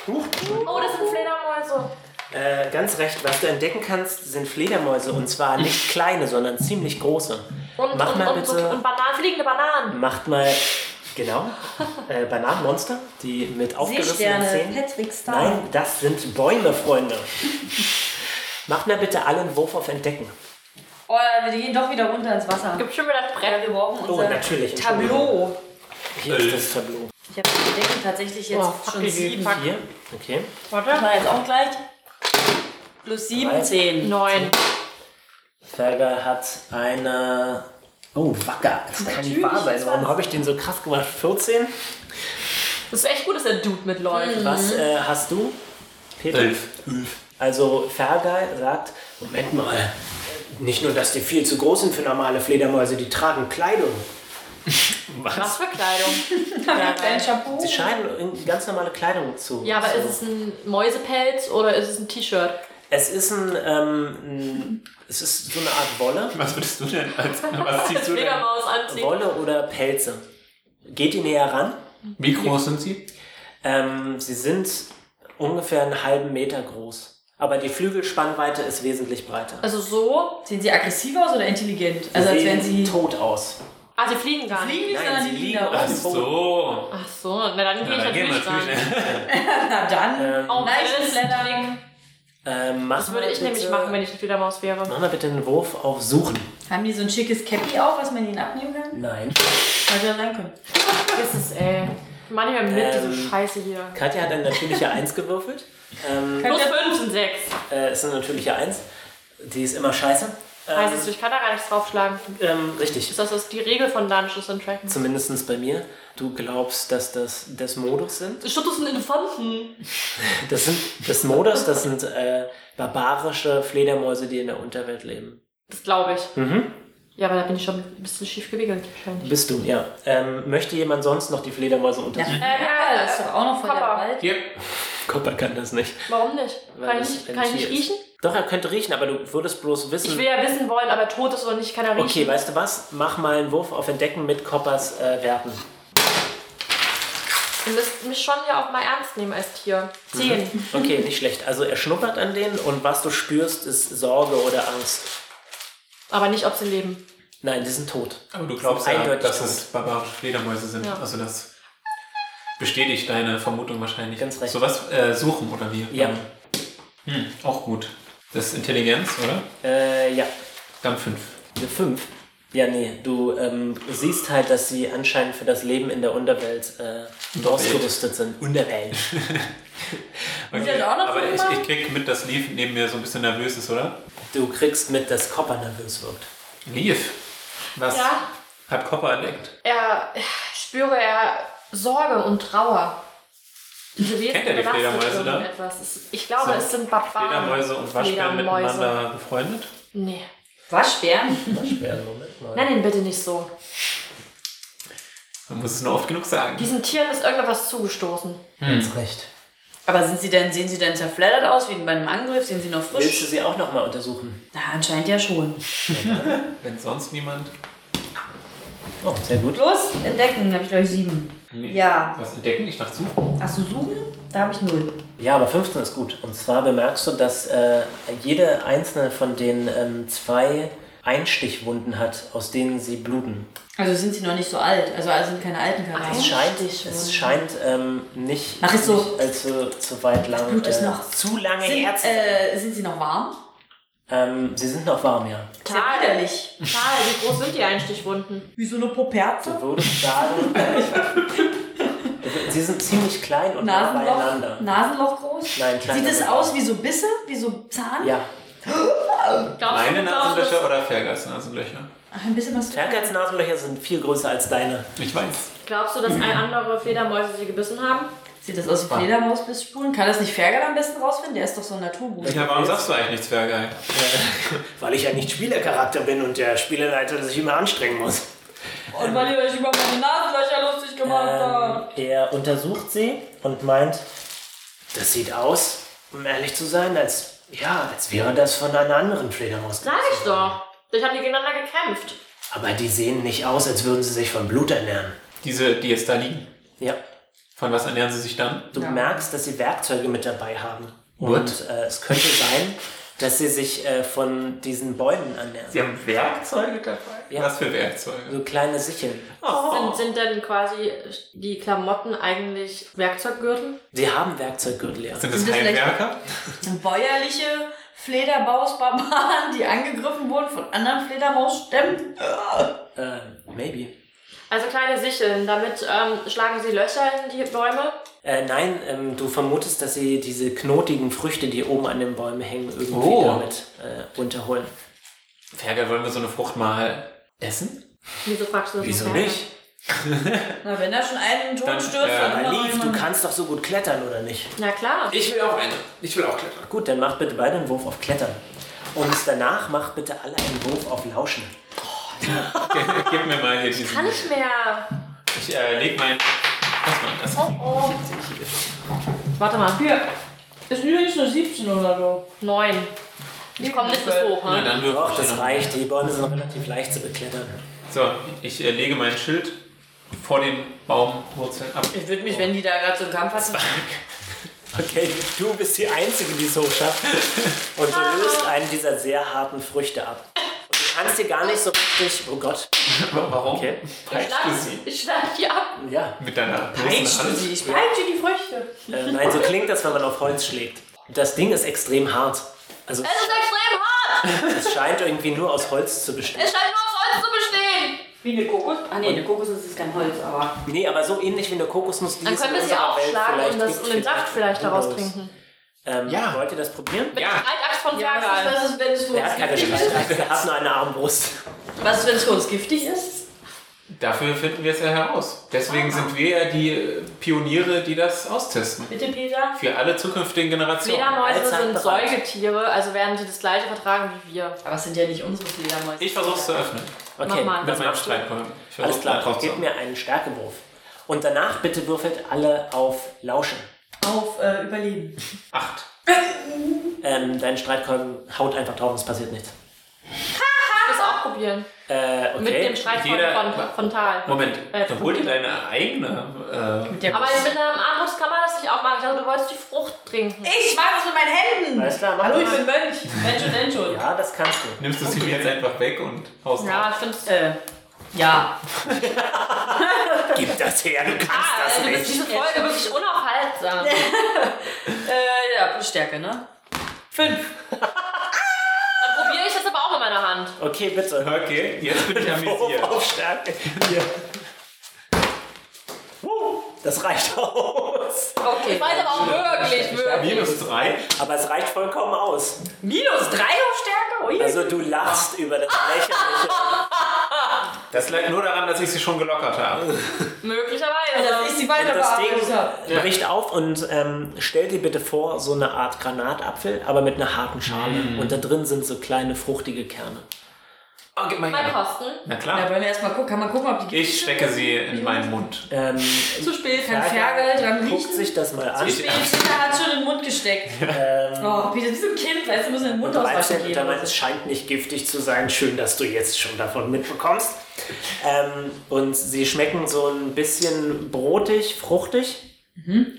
Speaker 2: Huch.
Speaker 5: Oh, das sind Fledermäuse.
Speaker 2: Äh, ganz recht, was du entdecken kannst, sind Fledermäuse und zwar nicht kleine, sondern ziemlich große.
Speaker 5: Und,
Speaker 2: Mach
Speaker 5: und,
Speaker 2: mal
Speaker 5: und,
Speaker 2: bitte-
Speaker 5: und, und Bananen, fliegende Bananen.
Speaker 2: Macht mal, genau, äh, Bananenmonster, die mit aufgerissenen
Speaker 3: Seesterne,
Speaker 2: Zähnen.
Speaker 3: Patrick Star.
Speaker 2: Nein, das sind Bäume, Freunde. Macht mal bitte alle einen Wurf auf Entdecken.
Speaker 3: Oh, ja, wir gehen doch wieder runter ins Wasser.
Speaker 5: Gibt schon wieder das
Speaker 3: Ja,
Speaker 5: Brett.
Speaker 3: wir brauchen unser
Speaker 2: Oh, natürlich, Entschuldigung.
Speaker 5: Oh,
Speaker 3: Tableau.
Speaker 2: Hier ist das Tableau.
Speaker 3: Ich habe Entdecken tatsächlich jetzt schon sieben. Machen
Speaker 2: Hier, okay.
Speaker 5: Warte.
Speaker 3: wir jetzt auch gleich. Plus sieben,
Speaker 2: Drei.
Speaker 3: zehn.
Speaker 5: Neun.
Speaker 2: Ferger hat eine. Oh, Wacker. Das kann nicht wahr sein. Warum habe ich den so krass gemacht? 14?
Speaker 5: Das ist echt gut, dass der Dude mitläuft.
Speaker 2: Was äh, hast du, Peter?
Speaker 4: Elf.
Speaker 2: Also Fergal sagt, Moment mal, nicht nur, dass die viel zu groß sind für normale Fledermäuse, die tragen Kleidung.
Speaker 5: Was für Kleidung.
Speaker 3: Dein Chapeau.
Speaker 2: Sie scheinen irgendwie ganz normale Kleidung zu.
Speaker 5: Ja, aber
Speaker 2: zu.
Speaker 5: ist es ein Mäusepelz oder ist es ein T-Shirt?
Speaker 2: Es ist ein, ähm, ein es ist so eine Art Wolle,
Speaker 4: Was würdest du denn als. Was ziehst
Speaker 5: Als
Speaker 4: du denn?
Speaker 5: Fledermaus anziehen.
Speaker 2: Wolle oder Pelze. Geht ihr näher ran?
Speaker 4: Wie groß sind sie?
Speaker 2: Ähm, sie sind ungefähr einen halben Meter groß, aber die Flügelspannweite ist wesentlich breiter.
Speaker 5: Also so.
Speaker 3: Sehen sie aggressiv aus oder intelligent? Also als wären sie.
Speaker 2: tot aus.
Speaker 5: Ah, sie fliegen gar nicht.
Speaker 3: Fliegen nicht, sondern die Oh, liegen da
Speaker 2: auf
Speaker 3: oben.
Speaker 2: dem Boden.
Speaker 4: So.
Speaker 5: Ach so, na dann gehe
Speaker 4: Ja,
Speaker 5: ich
Speaker 4: dann gehen wir
Speaker 5: natürlich
Speaker 4: natürlich.
Speaker 5: ran.
Speaker 3: Na dann.
Speaker 5: Oh,
Speaker 3: Leichenfleddern.
Speaker 2: Ähm, mach
Speaker 5: Das würde ich
Speaker 2: mal
Speaker 5: nämlich
Speaker 2: bitte-
Speaker 5: machen, wenn ich eine Fledermaus wäre.
Speaker 2: Mach mal bitte einen Wurf auf Suchen.
Speaker 3: Haben die so ein schickes Cappy auf, was man ihnen abnehmen kann?
Speaker 2: Nein.
Speaker 3: Hätte ja sein können.
Speaker 5: Ist es, ey. Manchmal mit, diese
Speaker 2: Ähm.
Speaker 5: Scheiße hier.
Speaker 2: Katja hat eine natürliche 1 gewürfelt. Ähm,
Speaker 5: Plus 5 sind 6.
Speaker 2: äh, ist eine natürliche 1. Die ist immer scheiße.
Speaker 5: Heißt es, ich kann da gar nichts draufschlagen.
Speaker 2: Ähm, richtig.
Speaker 5: Ist das ist die Regel von Dungeons and Dragons?
Speaker 2: Zumindest bei mir. Du glaubst, dass das Desmodos sind?
Speaker 5: Schutz sind Elefanten.
Speaker 2: Das sind Desmodos, das sind äh, barbarische Fledermäuse, die in der Unterwelt leben.
Speaker 5: Das glaube ich. Ja, aber da bin ich schon ein bisschen schief gewickelt wahrscheinlich.
Speaker 2: Bist du, ja. Ähm, möchte jemand sonst noch die Fledermäuse untersuchen?
Speaker 5: Äh,
Speaker 3: Ja, das ist doch auch noch voll der
Speaker 5: Papa.
Speaker 3: Wald.
Speaker 4: Yep.
Speaker 2: Kopper kann das nicht.
Speaker 5: Warum nicht?
Speaker 2: Weil
Speaker 5: Kann
Speaker 2: das
Speaker 5: ich,
Speaker 2: wenn
Speaker 5: kann ich nicht
Speaker 2: hier
Speaker 5: riechen?
Speaker 2: ist. Doch, er könnte riechen, aber du würdest bloß wissen.
Speaker 5: Ich will ja wissen wollen, ob er tot ist oder nicht, kann er riechen.
Speaker 2: okay, weißt du was? Mach mal einen Wurf auf Entdecken mit Koppers äh, Werten.
Speaker 5: Ihr müsst mich schon ja auch mal ernst nehmen als Tier.
Speaker 4: Mhm.
Speaker 5: Zehn.
Speaker 2: Okay, nicht schlecht. Also er schnuppert an denen und was du spürst, ist Sorge oder Angst.
Speaker 5: Aber nicht, ob sie leben.
Speaker 2: Nein, die sind tot.
Speaker 4: Aber du glaubst ja,
Speaker 2: Eindeutig
Speaker 4: dass
Speaker 2: tot.
Speaker 4: es barbarische Fledermäuse sind.
Speaker 5: Ja.
Speaker 4: Also das bestätigt deine Vermutung wahrscheinlich.
Speaker 2: Ganz recht.
Speaker 4: Sowas äh, suchen oder wie?
Speaker 2: Ja.
Speaker 5: Mhm.
Speaker 4: Hm, auch gut. Das ist Intelligenz, oder?
Speaker 2: Äh, ja.
Speaker 4: Dann fünf.
Speaker 2: Eine Fünf. Ja, nee. Du ähm, siehst halt, dass sie anscheinend für das Leben in der Unterwelt äh, ausgerüstet sind. Unterwelt.
Speaker 3: das auch noch
Speaker 4: Aber
Speaker 3: so
Speaker 4: ich,
Speaker 3: machen?
Speaker 4: ich krieg mit, dass Leaf neben mir so ein bisschen nervös ist, oder?
Speaker 2: Du kriegst mit, dass Kopper nervös wirkt.
Speaker 4: Leaf. Was?
Speaker 5: Ja,
Speaker 4: Hat Copper entdeckt.
Speaker 5: er ich spüre er Sorge und Trauer. Diese Wesen
Speaker 4: Kennt er die
Speaker 5: belastet
Speaker 4: Fledermäuse da?
Speaker 5: irgendetwas. Es- Ich glaube,
Speaker 4: Sind
Speaker 5: es sind Barbaren.
Speaker 4: Fledermäuse und Waschbären
Speaker 5: Fledermäuse.
Speaker 4: miteinander befreundet.
Speaker 5: Nee.
Speaker 3: Waschbären?
Speaker 2: Schwer, Moment mal.
Speaker 5: Nenn ihn bitte nicht so.
Speaker 4: Man muss es nur oft genug sagen.
Speaker 5: Diesen Tieren ist irgendetwas zugestoßen.
Speaker 2: Ganz recht.
Speaker 3: Aber sind sie denn, sehen sie denn zerfleddert aus, wie bei einem Angriff? Sehen sie noch
Speaker 2: Willst
Speaker 3: frisch?
Speaker 2: du sie auch nochmal untersuchen?
Speaker 3: Na, anscheinend ja schon.
Speaker 4: Wenn sonst niemand.
Speaker 2: Oh, sehr gut.
Speaker 3: Plus entdecken, da habe ich glaube ich sieben.
Speaker 4: Nee.
Speaker 3: Ja.
Speaker 4: Was entdecken? Ich dachte suchen.
Speaker 3: Hast du suchen? Da habe ich null.
Speaker 2: Ja, aber 15 ist gut. Und zwar bemerkst du, dass äh, jede einzelne von den ähm, zwei Einstichwunden hat, aus denen sie bluten.
Speaker 3: Also sind sie noch nicht so alt. Also, also sind keine alten
Speaker 2: Es
Speaker 3: Charaktere.
Speaker 2: scheint, es scheint ähm, nicht,
Speaker 3: Ach, ist so.
Speaker 2: nicht allzu zu weit lang. äh,
Speaker 3: Blut ist noch
Speaker 2: zu lange
Speaker 3: Sind, äh, sind sie noch warm?
Speaker 2: ähm, sie sind noch warm, ja.
Speaker 3: Ist ja
Speaker 5: Total.
Speaker 3: widerlich.
Speaker 5: Schade, wie groß sind die Einstichwunden?
Speaker 3: Wie so eine Poperze?
Speaker 2: Du würdest sagen, äh, sie sind ziemlich klein und nah
Speaker 3: Nasenloch,
Speaker 2: beieinander.
Speaker 3: Nasenloch groß?
Speaker 2: Nein, kleiner
Speaker 3: Sieht es
Speaker 2: Bereich.
Speaker 3: aus wie so Bisse? Wie so Zahn?
Speaker 2: Ja.
Speaker 5: Glaubst
Speaker 4: Meine
Speaker 5: glaubst
Speaker 4: Nasenlöcher oder Fergals Nasenlöcher?
Speaker 3: Ach, ein bisschen was.
Speaker 2: Ferkels Nasenlöcher sind viel größer als deine.
Speaker 4: Ich weiß.
Speaker 5: Glaubst du, dass ein andere Fledermäuse sie gebissen haben?
Speaker 3: Sieht das aus wie Fledermausbissspuren? Kann das nicht Fergal am besten rausfinden? Der ist doch so ein Naturbuch.
Speaker 4: Ja, warum sagst du eigentlich nichts, Fergal?
Speaker 2: Weil ich ja nicht Spielercharakter bin und der Spieleleiter sich immer anstrengen muss.
Speaker 3: Und weil ihr euch über meine Nasenlöcher lustig gemacht
Speaker 2: Ähm, er untersucht sie und meint, das sieht aus, um ehrlich zu sein, als, ja, als wäre das von einer anderen Fledermaus.
Speaker 5: Sag ich doch. Ich habe die gegeneinander gekämpft.
Speaker 2: Aber die sehen nicht aus, als würden sie sich von Blut ernähren.
Speaker 4: Diese, die jetzt da liegen.
Speaker 2: Ja.
Speaker 4: Von was ernähren sie sich dann?
Speaker 2: Du merkst, dass sie Werkzeuge mit dabei haben.
Speaker 4: What?
Speaker 2: Und äh, es könnte sein, dass sie sich äh, von diesen Bäumen ernähren.
Speaker 4: Sie haben Werkzeuge dabei?
Speaker 2: Ja.
Speaker 4: Was für Werkzeuge?
Speaker 2: So kleine Sicheln.
Speaker 5: Sind, sind denn quasi die Klamotten eigentlich Werkzeuggürtel?
Speaker 2: Sie haben Werkzeuggürtel, ja.
Speaker 4: Sind das
Speaker 3: Sind das vielleicht-
Speaker 4: Heimwerker?
Speaker 3: Bäuerliche Fledermausbarbaren, die angegriffen wurden von anderen Fledermausstämmen.
Speaker 2: Äh, maybe.
Speaker 5: Also kleine Sicheln, damit ähm, schlagen sie Löcher in die Bäume.
Speaker 2: Äh, nein, ähm, du vermutest, dass sie diese knotigen Früchte, die oben an den Bäumen hängen, irgendwie
Speaker 4: Oh.
Speaker 2: damit äh, runterholen.
Speaker 4: Fergal, wollen wir so eine Frucht mal essen?
Speaker 5: Wieso fragst du das
Speaker 4: Wieso
Speaker 5: noch weiter?
Speaker 4: nicht?
Speaker 3: Na, wenn da schon einen
Speaker 4: Dann,
Speaker 3: tot stirbt,
Speaker 4: äh,
Speaker 3: dann
Speaker 2: Aber
Speaker 3: immer
Speaker 2: Leaf, du
Speaker 3: jemand-
Speaker 2: kannst doch so gut klettern, oder nicht?
Speaker 5: Na klar.
Speaker 4: Ich will auch eine. Ich will auch klettern.
Speaker 2: Gut, dann mach bitte beide einen Wurf auf Klettern. Und danach macht bitte alle einen Wurf auf Lauschen.
Speaker 4: Gib mir mal hier diesen.
Speaker 5: Kann ich mehr.
Speaker 4: Ich äh, leg mein. Was war das?
Speaker 5: Oh oh. Warte mal.
Speaker 3: Hier. Ist übrigens nur 17 oder so.
Speaker 5: Neun. Ich komme nicht bis hoch,
Speaker 4: Na,
Speaker 5: ne?
Speaker 4: dann würfel
Speaker 2: Doch,
Speaker 4: ich
Speaker 2: das
Speaker 4: noch.
Speaker 2: reicht. Die Bäume sind relativ leicht zu beklettern.
Speaker 4: So, ich äh, lege mein Schild vor den Baumwurzeln ab.
Speaker 3: Ich würde mich, wenn die da gerade so einen Kampf hatten.
Speaker 2: Okay, du bist die Einzige, die es hochschafft. Und du löst einen dieser sehr harten Früchte ab. Und du kannst dir gar nicht so richtig... Oh Gott.
Speaker 4: Warum?
Speaker 2: Okay.
Speaker 4: Peitscht du sie
Speaker 5: Ich schlag die ab.
Speaker 2: Ja.
Speaker 4: mit deiner bloßen Hand?
Speaker 3: Ich
Speaker 5: Peitsche die Früchte.
Speaker 2: Äh, nein, so klingt das, wenn man auf Holz schlägt. Das Ding ist extrem hart. Also
Speaker 5: Es ist extrem hart.
Speaker 2: es scheint irgendwie nur aus Holz zu bestehen.
Speaker 5: Es scheint nur aus Holz zu bestehen.
Speaker 3: Wie eine Kokos? Ah nee, eine Kokosnuss ist kein Holz, aber.
Speaker 2: Nee, aber so ähnlich wie eine Kokosnuss, die
Speaker 5: Dann
Speaker 2: es
Speaker 5: können
Speaker 2: in
Speaker 5: wir sie
Speaker 2: unserer Welt
Speaker 5: aufschlagen und,
Speaker 2: vielleicht
Speaker 5: das,
Speaker 2: gibt,
Speaker 5: und den Saft vielleicht daraus trinken.
Speaker 2: Ähm,
Speaker 4: Ja.
Speaker 2: Wollt ihr das probieren?
Speaker 5: Mit der
Speaker 4: Ja.
Speaker 5: Streitaxt von
Speaker 3: Ja,
Speaker 5: Fergal.
Speaker 3: was ist, wenn es für
Speaker 2: Er hat keine
Speaker 3: uns giftig ist?
Speaker 2: Schlacht, er hat nur eine Armbrust.
Speaker 3: Was ist, wenn es für uns giftig ist?
Speaker 4: Dafür finden wir es ja heraus. Deswegen sind wir ja die äh, Pioniere, die das austesten.
Speaker 3: Bitte, Peter?
Speaker 4: Für alle zukünftigen Generationen.
Speaker 5: Fledermäuse
Speaker 2: Allzeit
Speaker 5: sind
Speaker 2: bereit.
Speaker 5: Säugetiere, also werden die das gleiche vertragen wie wir.
Speaker 3: Aber es sind ja nicht unsere Fledermäuse.
Speaker 4: Ich versuche es zu öffnen.
Speaker 2: Okay,
Speaker 5: mal.
Speaker 4: Mit
Speaker 2: was
Speaker 4: meinem
Speaker 2: machst du?
Speaker 4: Streitkolben. Ich versuche
Speaker 2: Alles
Speaker 4: da drauf
Speaker 2: klar,
Speaker 4: zu
Speaker 2: gib mir einen Stärkewurf. Und danach bitte würfelt alle auf Lauschen.
Speaker 3: Auf äh, Überleben.
Speaker 4: Acht.
Speaker 2: Ähm, dein Streitkolben haut einfach drauf und es passiert nichts.
Speaker 5: Ich will es auch probieren.
Speaker 2: Äh,
Speaker 5: Mit dem
Speaker 2: okay.
Speaker 5: Streit von,
Speaker 4: Jeder-
Speaker 5: von, von Tal.
Speaker 4: Moment,
Speaker 5: Äh,
Speaker 4: dann hol dir deine eigene. äh,
Speaker 3: Mit der
Speaker 5: Aber mit einem Armbrust kann man das nicht aufmachen. Ich dachte, du wolltest die Frucht trinken.
Speaker 3: ich mache das mit meinen Händen!
Speaker 2: Alles klar, mach
Speaker 3: Hallo, ich
Speaker 2: mal.
Speaker 3: bin Mönch. Mensch und Mensch und.
Speaker 2: Ja, das kannst du.
Speaker 4: Äh, nimmst du sie mir jetzt einfach weg und haust
Speaker 5: Ja, ich finde es.
Speaker 3: Äh, ja.
Speaker 2: Gib das her, du kannst
Speaker 5: Ah,
Speaker 2: das
Speaker 5: also ist
Speaker 2: nicht.
Speaker 5: diese Folge wirklich unaufhaltsam.
Speaker 3: Äh, ja, plus Stärke, ne? Fünf.
Speaker 5: Dann probiere ich das aber auch in meiner Hand.
Speaker 2: Okay, bitte.
Speaker 4: Okay, jetzt bin ich
Speaker 2: Wurf
Speaker 4: amüsiert.
Speaker 2: auf Stärke. Hier. Huh, Das reicht aus.
Speaker 5: Ich
Speaker 3: Okay.
Speaker 5: weiß aber auch wirklich, wirklich.
Speaker 4: Minus drei.
Speaker 2: Aber es reicht vollkommen aus.
Speaker 3: Minus drei auf Stärke? Oh, Ui.
Speaker 2: Also du lachst über das Lächerliche.
Speaker 4: Das lag nur daran, dass ich sie schon gelockert habe.
Speaker 3: dass ich
Speaker 5: Möglicherweise.
Speaker 3: sie
Speaker 2: Und
Speaker 3: weiter
Speaker 2: das
Speaker 3: bearbeitet hab.
Speaker 2: Ding bricht auf und ähm, stell dir bitte vor, so eine Art Granatapfel, aber mit einer harten Schale. Und da drin sind so kleine fruchtige Kerne.
Speaker 4: Oh, gib mal
Speaker 5: Mal
Speaker 4: her.
Speaker 5: kosten.
Speaker 4: Na
Speaker 3: Ja,
Speaker 4: klar.
Speaker 3: wollen wir erstmal gucken. Kann man gucken, ob die
Speaker 4: Ich
Speaker 3: giftig
Speaker 4: stecke sie in meinen Mund.
Speaker 2: Ähm,
Speaker 5: Zu spät.
Speaker 3: sind? Kann Fergal dran
Speaker 2: guckt
Speaker 3: riechen?
Speaker 2: sich das mal an.
Speaker 4: Ich-
Speaker 3: Peter hat schon in den Mund gesteckt. Oh, Peter, diesem Kind, weißt du, müssen wir den Mund auswaschen
Speaker 2: 13 und
Speaker 3: geben.
Speaker 2: dann meint, es scheint nicht giftig zu sein. Schön, dass du jetzt schon davon mitbekommst. Ähm, und sie schmecken so ein bisschen brotig, fruchtig.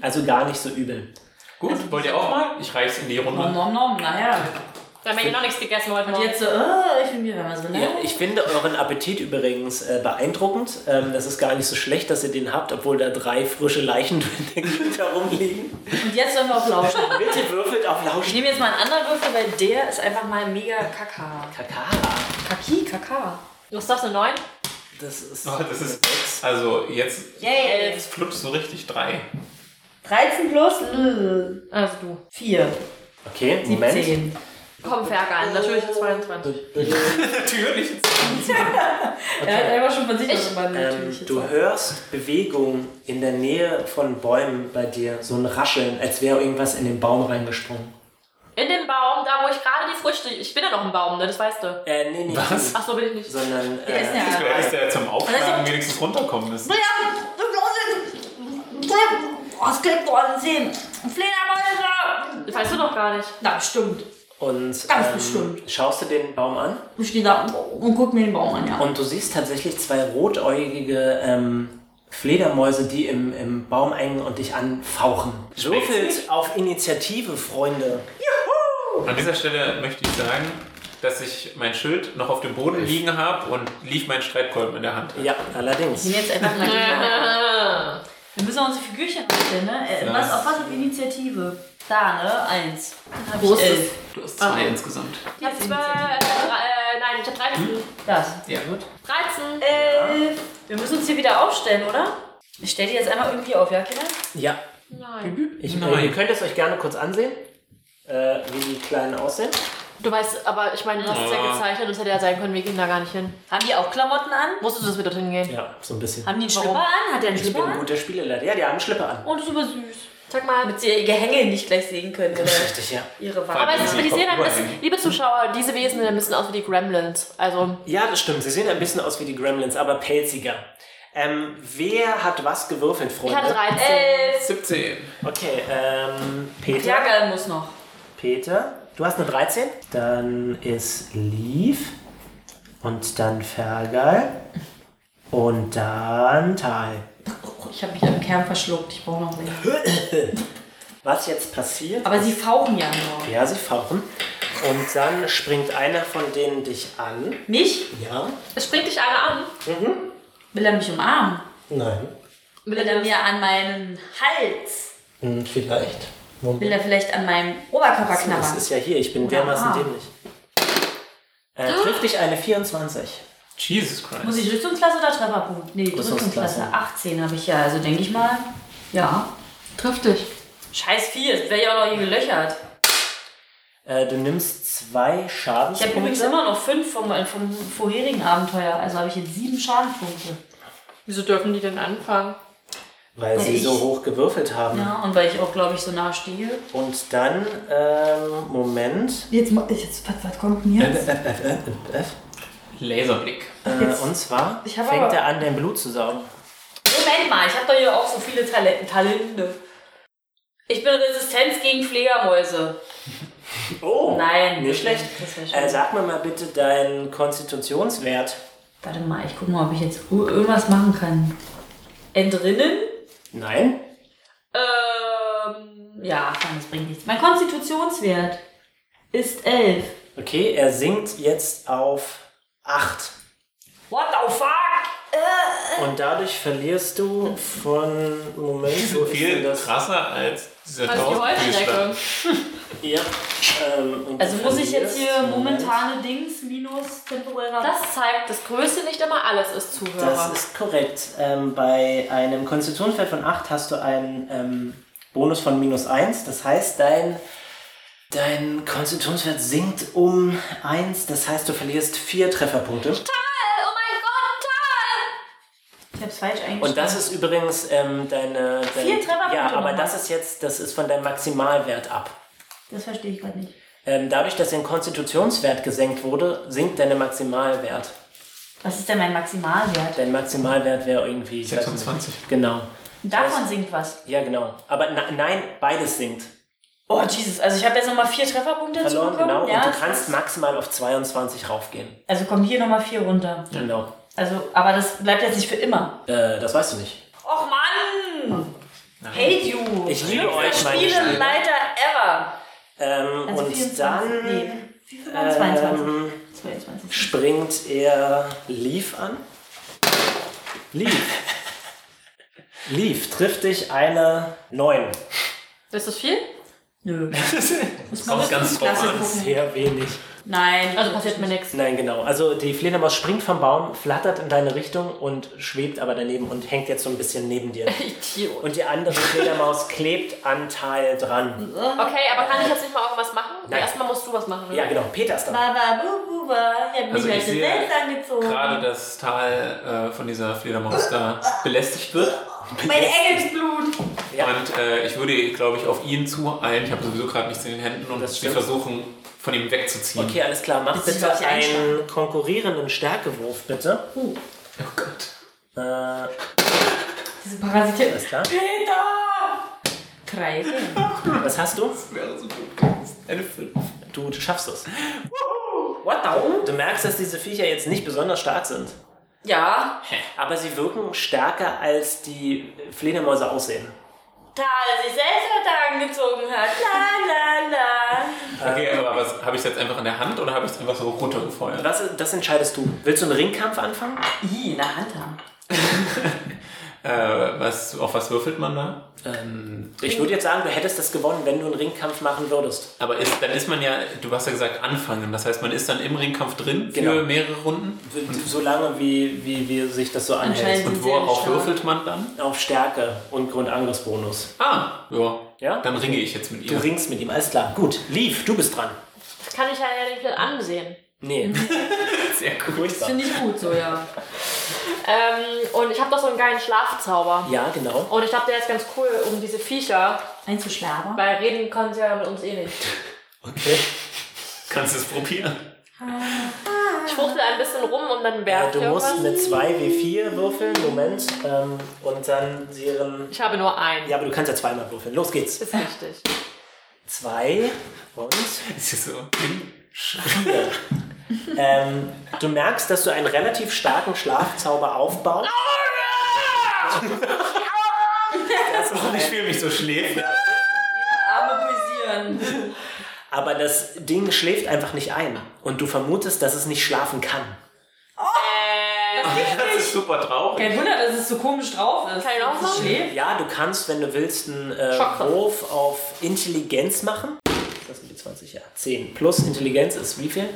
Speaker 2: Also gar nicht so übel.
Speaker 4: Gut, wollt ihr auch mal? Ich reich's in die
Speaker 3: Nom,
Speaker 4: Runde.
Speaker 3: nom, nom, naja.
Speaker 5: Da haben wir hier noch nichts gegessen heute
Speaker 3: Und
Speaker 5: Morgen.
Speaker 3: jetzt so, oh, ich bin mir, wenn man so, ne?
Speaker 2: Ja, ich finde euren Appetit übrigens äh, beeindruckend. Ähm, das ist gar nicht so schlecht, dass ihr den habt, obwohl da drei frische Leichen in der Gegend herumliegen.
Speaker 3: Und jetzt sollen wir auf Lauschen.
Speaker 2: Bitte würfelt auf
Speaker 3: Ich
Speaker 2: Lauschen.
Speaker 3: nehme jetzt mal einen anderen Würfel, weil der ist einfach mal mega kaka.
Speaker 2: Kakara.
Speaker 3: Kaki, kaka.
Speaker 5: Was ist das, eine 9?
Speaker 2: Das ist. äh,
Speaker 4: Oh, das ist sechs. Also jetzt
Speaker 3: Yay!
Speaker 4: jetzt flutscht so richtig drei.
Speaker 3: 13 plus
Speaker 5: Also du.
Speaker 3: 4.
Speaker 2: Okay, Moment. Ähm,
Speaker 3: 17.
Speaker 5: Komm, Fergal. Natürlich 22.
Speaker 4: Natürlich.
Speaker 3: Er hat einfach schon von sich
Speaker 5: Ich-
Speaker 3: aus immer natürlich
Speaker 2: Ähm,
Speaker 3: jetzt
Speaker 2: du
Speaker 3: auch.
Speaker 2: hörst Bewegung in der Nähe von Bäumen bei dir, so ein Rascheln, als wäre irgendwas in den Baum reingesprungen.
Speaker 5: In dem Baum, da wo ich gerade die Früchte. Ich bin ja noch im Baum, ne? Das weißt du.
Speaker 2: Äh, nee, nicht
Speaker 4: Was?
Speaker 2: du,
Speaker 5: Ach so, bin ich nicht.
Speaker 2: sondern
Speaker 3: Der ist
Speaker 2: äh,
Speaker 4: Du
Speaker 3: ja.
Speaker 4: hättest ja zum Aufschlagen wenigstens runterkommen müssen.
Speaker 3: Oh, es klebt doch an den Zähnen. Fledermäuse!
Speaker 5: Das weißt du doch gar nicht.
Speaker 3: Na, stimmt.
Speaker 1: Und
Speaker 3: Ganz
Speaker 2: ähm,
Speaker 3: bestimmt.
Speaker 1: schaust du den Baum an
Speaker 3: Ich stehe da und guck mir den Baum an, ja.
Speaker 1: und du siehst tatsächlich zwei rotäugige ähm, Fledermäuse, die im, im Baum hängen und dich anfauchen.
Speaker 2: Würfelt auf Initiative, Freunde.
Speaker 4: An dieser Stelle möchte ich sagen, dass ich mein Schild noch auf dem Boden liegen habe und lief mein Streitkolben in der Hand.
Speaker 1: Ja, allerdings.
Speaker 3: Wir sind jetzt einfach mal
Speaker 5: Ah.
Speaker 3: gegangen. Wir müssen auch unsere Figürchen aufstellen, ne? Äh, Was, auf was auf Initiative? Da, ne? Eins. Dann hab ich
Speaker 5: Großes.
Speaker 3: elf.
Speaker 7: Du hast zwei insgesamt.
Speaker 5: Ich hab zwei, äh, nein, ich hab 13.
Speaker 3: Das.
Speaker 7: Ja, gut.
Speaker 5: 13.
Speaker 3: Elf. Wir müssen uns hier wieder aufstellen, oder? Ich stell die jetzt einmal irgendwie auf, ja, Kinder?
Speaker 2: Ja,
Speaker 5: Nein.
Speaker 2: ich,
Speaker 4: Nein.
Speaker 2: äh, ihr könnt es euch gerne kurz ansehen, äh, wie die Kleinen aussehen.
Speaker 5: Du weißt, aber ich meine, du hast es ja gezeichnet und es hätte ja sein können, wir gehen da gar nicht hin.
Speaker 3: Haben die auch Klamotten an?
Speaker 5: Musstest du, dass wir dorthin gehen?
Speaker 2: Ja, so ein bisschen.
Speaker 3: Haben die einen Schlipper an? Hat der einen
Speaker 1: Ich
Speaker 3: Schlipper
Speaker 1: bin ein
Speaker 3: an?
Speaker 1: guter Spieleleiter. Ja, die haben einen Schlipper an.
Speaker 3: Oh, das ist aber süß.
Speaker 5: Sag mal.
Speaker 3: Damit sie ihr Gehänge nicht gleich sehen können, oder?
Speaker 1: Richtig, ja.
Speaker 3: Ihre
Speaker 5: Aber
Speaker 3: Wahl.
Speaker 5: es ist, wenn ich sehen habe, ist, liebe Zuschauer, diese Wesen die müssen aus wie die Gremlins. Also,
Speaker 2: Ja, das stimmt. Sie sehen ein bisschen aus wie die Gremlins, aber pelziger. Ähm, wer hat was gewürfelt,
Speaker 5: ich
Speaker 2: Freunde?
Speaker 5: hatte 13.
Speaker 7: 17.
Speaker 2: Okay, ähm, Peter.
Speaker 3: Jagger muss noch.
Speaker 2: Peter, du hast eine 13. Dann ist Leaf. Und dann Fergal. Und dann Tal.
Speaker 3: Ich habe mich am Kern verschluckt. Ich brauche noch mehr.
Speaker 2: Was jetzt passiert?
Speaker 3: Aber sie fauchen ja nur.
Speaker 2: Ja, sie fauchen. Und dann springt einer von denen dich an.
Speaker 3: Mich?
Speaker 2: Ja.
Speaker 5: Es springt dich einer an.
Speaker 3: Will er mich umarmen?
Speaker 2: Nein.
Speaker 3: Will er mir an meinen Hals?
Speaker 2: Hm, Vielleicht.
Speaker 3: Will er vielleicht an meinem Oberkörper
Speaker 2: Das
Speaker 3: knabbern?
Speaker 2: ist ja hier. Ich bin dermaßen
Speaker 3: Ah.
Speaker 2: dämlich. Äh, trifft dich eine 24.
Speaker 4: Jesus Christ.
Speaker 3: Muss ich Rüstungsklasse oder Trefferpunkt? Nee,
Speaker 2: Rüstungsklasse.
Speaker 3: Rüstungsklasse. 18 habe ich ja, also denke ich mal. Ja.
Speaker 5: Trifft dich.
Speaker 3: Scheiß viel, jetzt wäre ich auch noch hier gelöchert.
Speaker 2: Äh, du nimmst zwei
Speaker 3: Ich habe übrigens
Speaker 2: Schadenspunkte.
Speaker 3: immer noch fünf vom, vom vorherigen Abenteuer, also habe ich jetzt sieben Schadenpunkte.
Speaker 5: Wieso dürfen die denn anfangen?
Speaker 2: Weil sie
Speaker 3: Ich-
Speaker 2: so hoch gewürfelt haben.
Speaker 3: Ja, und weil ich auch, glaube ich, so nah stehe.
Speaker 2: Und dann, ähm, Moment.
Speaker 8: Jetzt, ma- jetzt was, was kommt denn
Speaker 2: F,
Speaker 8: jetzt?
Speaker 2: F, F, F, F.
Speaker 7: Laserblick.
Speaker 2: Äh, und zwar
Speaker 8: Ich hab
Speaker 2: fängt
Speaker 8: aber-
Speaker 2: er an, dein Blut zu saugen.
Speaker 3: Moment mal, ich habe doch hier auch so viele Talente. Talente. Ich bin Resistenz gegen Fledermäuse.
Speaker 2: Oh,
Speaker 3: Nein.
Speaker 2: Nicht schlecht.
Speaker 3: Das wär schön.
Speaker 2: Äh, sag mir mal bitte deinen Konstitutionswert.
Speaker 3: Warte mal, ich guck mal, ob ich jetzt u- irgendwas machen kann. Entrinnen?
Speaker 2: Nein?
Speaker 3: Ähm, ja, komm, das bringt nichts. Mein Konstitutionswert ist 11.
Speaker 2: Okay, er sinkt jetzt auf 8.
Speaker 3: What the fuck?
Speaker 2: Und dadurch verlierst du von. Moment,
Speaker 4: so
Speaker 2: wo ist denn
Speaker 4: viel
Speaker 2: das?
Speaker 4: krasser als dieser
Speaker 5: Was die Heuschrecke.
Speaker 4: Tausendfüßler.
Speaker 2: Ja. Ähm, und du
Speaker 3: Also muss ich jetzt hier
Speaker 2: verlierst-
Speaker 3: momentane Dings minus temporärer...
Speaker 5: Das zeigt, dass Größe nicht immer alles ist, Zuhörer.
Speaker 2: Das ist korrekt. Ähm, bei einem Konstitutionswert von 8 hast du einen ähm, Bonus von minus 1. Das heißt, dein, dein Konstitutionswert sinkt um 1. Das heißt, du verlierst 4 Trefferpunkte.
Speaker 5: oh mein Gott, Tal!
Speaker 3: ich hab's falsch eingestellt.
Speaker 2: Und das ist übrigens ähm, deine, dein-
Speaker 3: Vier Trefferpunkte
Speaker 2: Ja, aber
Speaker 3: nochmal.
Speaker 2: das ist jetzt, das ist von deinem Maximalwert ab.
Speaker 3: Das verstehe ich gerade nicht.
Speaker 2: Ähm, dadurch, dass dein Konstitutionswert gesenkt wurde, sinkt dein Maximalwert.
Speaker 3: Was ist denn mein Maximalwert?
Speaker 2: Dein Maximalwert wäre irgendwie. ich weiß nicht.
Speaker 4: 26.
Speaker 2: Genau.
Speaker 3: Davon sinkt was.
Speaker 2: Ja, genau. Aber na, nein, beides sinkt.
Speaker 3: Oh, Jesus. Also ich habe jetzt nochmal vier Trefferpunkte dazu
Speaker 2: verloren,
Speaker 3: bekommen.
Speaker 2: genau.
Speaker 3: Ja,
Speaker 2: und du kannst maximal auf 22 raufgehen.
Speaker 3: Also kommen hier nochmal vier runter.
Speaker 2: Genau.
Speaker 3: Also, aber das bleibt jetzt nicht für immer.
Speaker 2: Äh, das weißt du nicht.
Speaker 3: Och Mann! Hate you!
Speaker 2: Ich liebe euch, meine Schwester.
Speaker 3: Spieleleiter ever!
Speaker 2: Ähm,
Speaker 3: Also
Speaker 2: und
Speaker 3: 24,
Speaker 2: dann
Speaker 3: nee, äh, wie viel waren 22?
Speaker 2: ähm,
Speaker 3: 22.
Speaker 2: springt er Leaf an. Leaf. Leaf, trifft dich eine 9.
Speaker 5: Ist das viel?
Speaker 3: Nö. Muss
Speaker 4: Kommt ganz drauf
Speaker 3: Klasse
Speaker 4: an.
Speaker 3: gucken.
Speaker 2: Sehr wenig.
Speaker 3: Nein,
Speaker 5: Also passiert mir nichts.
Speaker 2: Nein, genau. Also die Fledermaus springt vom Baum, flattert in deine Richtung und schwebt aber daneben und hängt jetzt so ein bisschen neben dir.
Speaker 5: Idiot.
Speaker 2: Und die andere Fledermaus klebt an Teil dran.
Speaker 5: Okay, aber kann ich jetzt nicht mal irgendwas machen?
Speaker 2: Nein.
Speaker 5: Erstmal musst du was machen.
Speaker 2: Ja, genau. Peter ist dran.
Speaker 3: Baba Bububa, ich hab mich
Speaker 4: Also ich
Speaker 3: heute
Speaker 4: sehe
Speaker 3: selbst angezogen.
Speaker 4: Gerade das Tal äh, von dieser Fledermaus da belästigt wird.
Speaker 3: Mein Engelsblut!
Speaker 4: Und äh, ich würde, glaube ich, auf ihn zueilen. Ich habe sowieso gerade nichts in den Händen und
Speaker 2: Das
Speaker 4: wir
Speaker 2: stimmt.
Speaker 4: versuchen, von ihm wegzuziehen.
Speaker 2: Okay, alles klar. Mach
Speaker 3: Willst du
Speaker 2: bitte
Speaker 3: mich einschlagen?
Speaker 2: einen konkurrierenden Stärkewurf, bitte.
Speaker 4: Oh Gott.
Speaker 2: Äh, alles
Speaker 3: Diese Parasiten.
Speaker 2: klar.
Speaker 3: Drei.
Speaker 2: Was hast du?
Speaker 4: Wäre so gut. Eine 5.
Speaker 2: Du Du schaffst es. What the? Du merkst, dass diese Viecher jetzt nicht besonders stark sind.
Speaker 3: Ja,
Speaker 2: Aber sie wirken stärker, als die Fledermäuse aussehen.
Speaker 3: Tal sich selbst heute angezogen hat. La la la.
Speaker 4: Okay, aber was habe ich jetzt einfach in der Hand oder habe ich es einfach so runtergefeuert?
Speaker 2: Was, das entscheidest du. Willst du einen Ringkampf anfangen?
Speaker 3: Ih, na Hunter.
Speaker 4: Äh, was, auf was würfelt man da?
Speaker 2: Ich würde jetzt sagen, du hättest das gewonnen, wenn du einen Ringkampf machen würdest.
Speaker 4: Aber ist, dann ist man ja, du hast ja gesagt, anfangen. Das heißt, man ist dann im Ringkampf drin für
Speaker 2: Genau.
Speaker 4: mehrere Runden.
Speaker 2: So lange, wie, wie, wie sich das so anhält.
Speaker 3: Anscheinend
Speaker 4: Und
Speaker 3: sind sie ja
Speaker 4: worauf
Speaker 3: stark.
Speaker 4: würfelt man dann?
Speaker 2: Auf Stärke und Grundangriffsbonus.
Speaker 4: Ah, ja.
Speaker 2: Ja?
Speaker 4: Dann ringe ich jetzt mit
Speaker 2: Du
Speaker 4: ihr.
Speaker 2: ringst mit ihm, alles klar. Gut, Leaf, du bist dran.
Speaker 5: Das kann ich ja ja nicht mit ansehen.
Speaker 2: Nee,
Speaker 4: Sehr cool.
Speaker 2: furchtbar.
Speaker 3: Finde ich gut so, ja.
Speaker 5: Ähm, und ich habe doch so einen geilen Schlafzauber.
Speaker 2: Ja, genau.
Speaker 5: Und ich glaube, der ist ganz cool, um diese Viecher,
Speaker 3: Einzuschlagen.
Speaker 5: weil reden können sie ja mit uns eh nicht.
Speaker 2: Okay.
Speaker 4: Kannst du es probieren?
Speaker 5: Ich fuchtel ein bisschen rum und dann
Speaker 2: Ja,
Speaker 5: werfe
Speaker 2: du
Speaker 5: ich
Speaker 2: musst
Speaker 5: irgendwas.
Speaker 2: eine 2W4 würfeln, Moment. Ähm, und dann ihren.
Speaker 5: Ich habe nur einen.
Speaker 2: Ja, aber du kannst ja zweimal würfeln. Los geht's.
Speaker 5: Ist richtig.
Speaker 2: Zwei und
Speaker 4: Ist ja so.
Speaker 2: vier. ähm, du merkst, dass du einen relativ starken Schlafzauber aufbaust. Äh,
Speaker 4: Ich fühle mich so schläfrig.
Speaker 3: Arme pulsieren.
Speaker 2: Aber das Ding schläft einfach nicht ein. Und du vermutest, dass es nicht schlafen kann.
Speaker 4: Das ist super traurig.
Speaker 3: Kein Wunder, dass es so komisch drauf ist.
Speaker 5: Kann ich auch
Speaker 3: Dass es
Speaker 5: machen?
Speaker 3: schläft.
Speaker 2: Ja, du kannst, wenn du willst, einen äh,
Speaker 5: Schockversuch.
Speaker 2: Wurf auf Intelligenz machen. Das sind die 20, ja. 10 plus Intelligenz ist wie viel?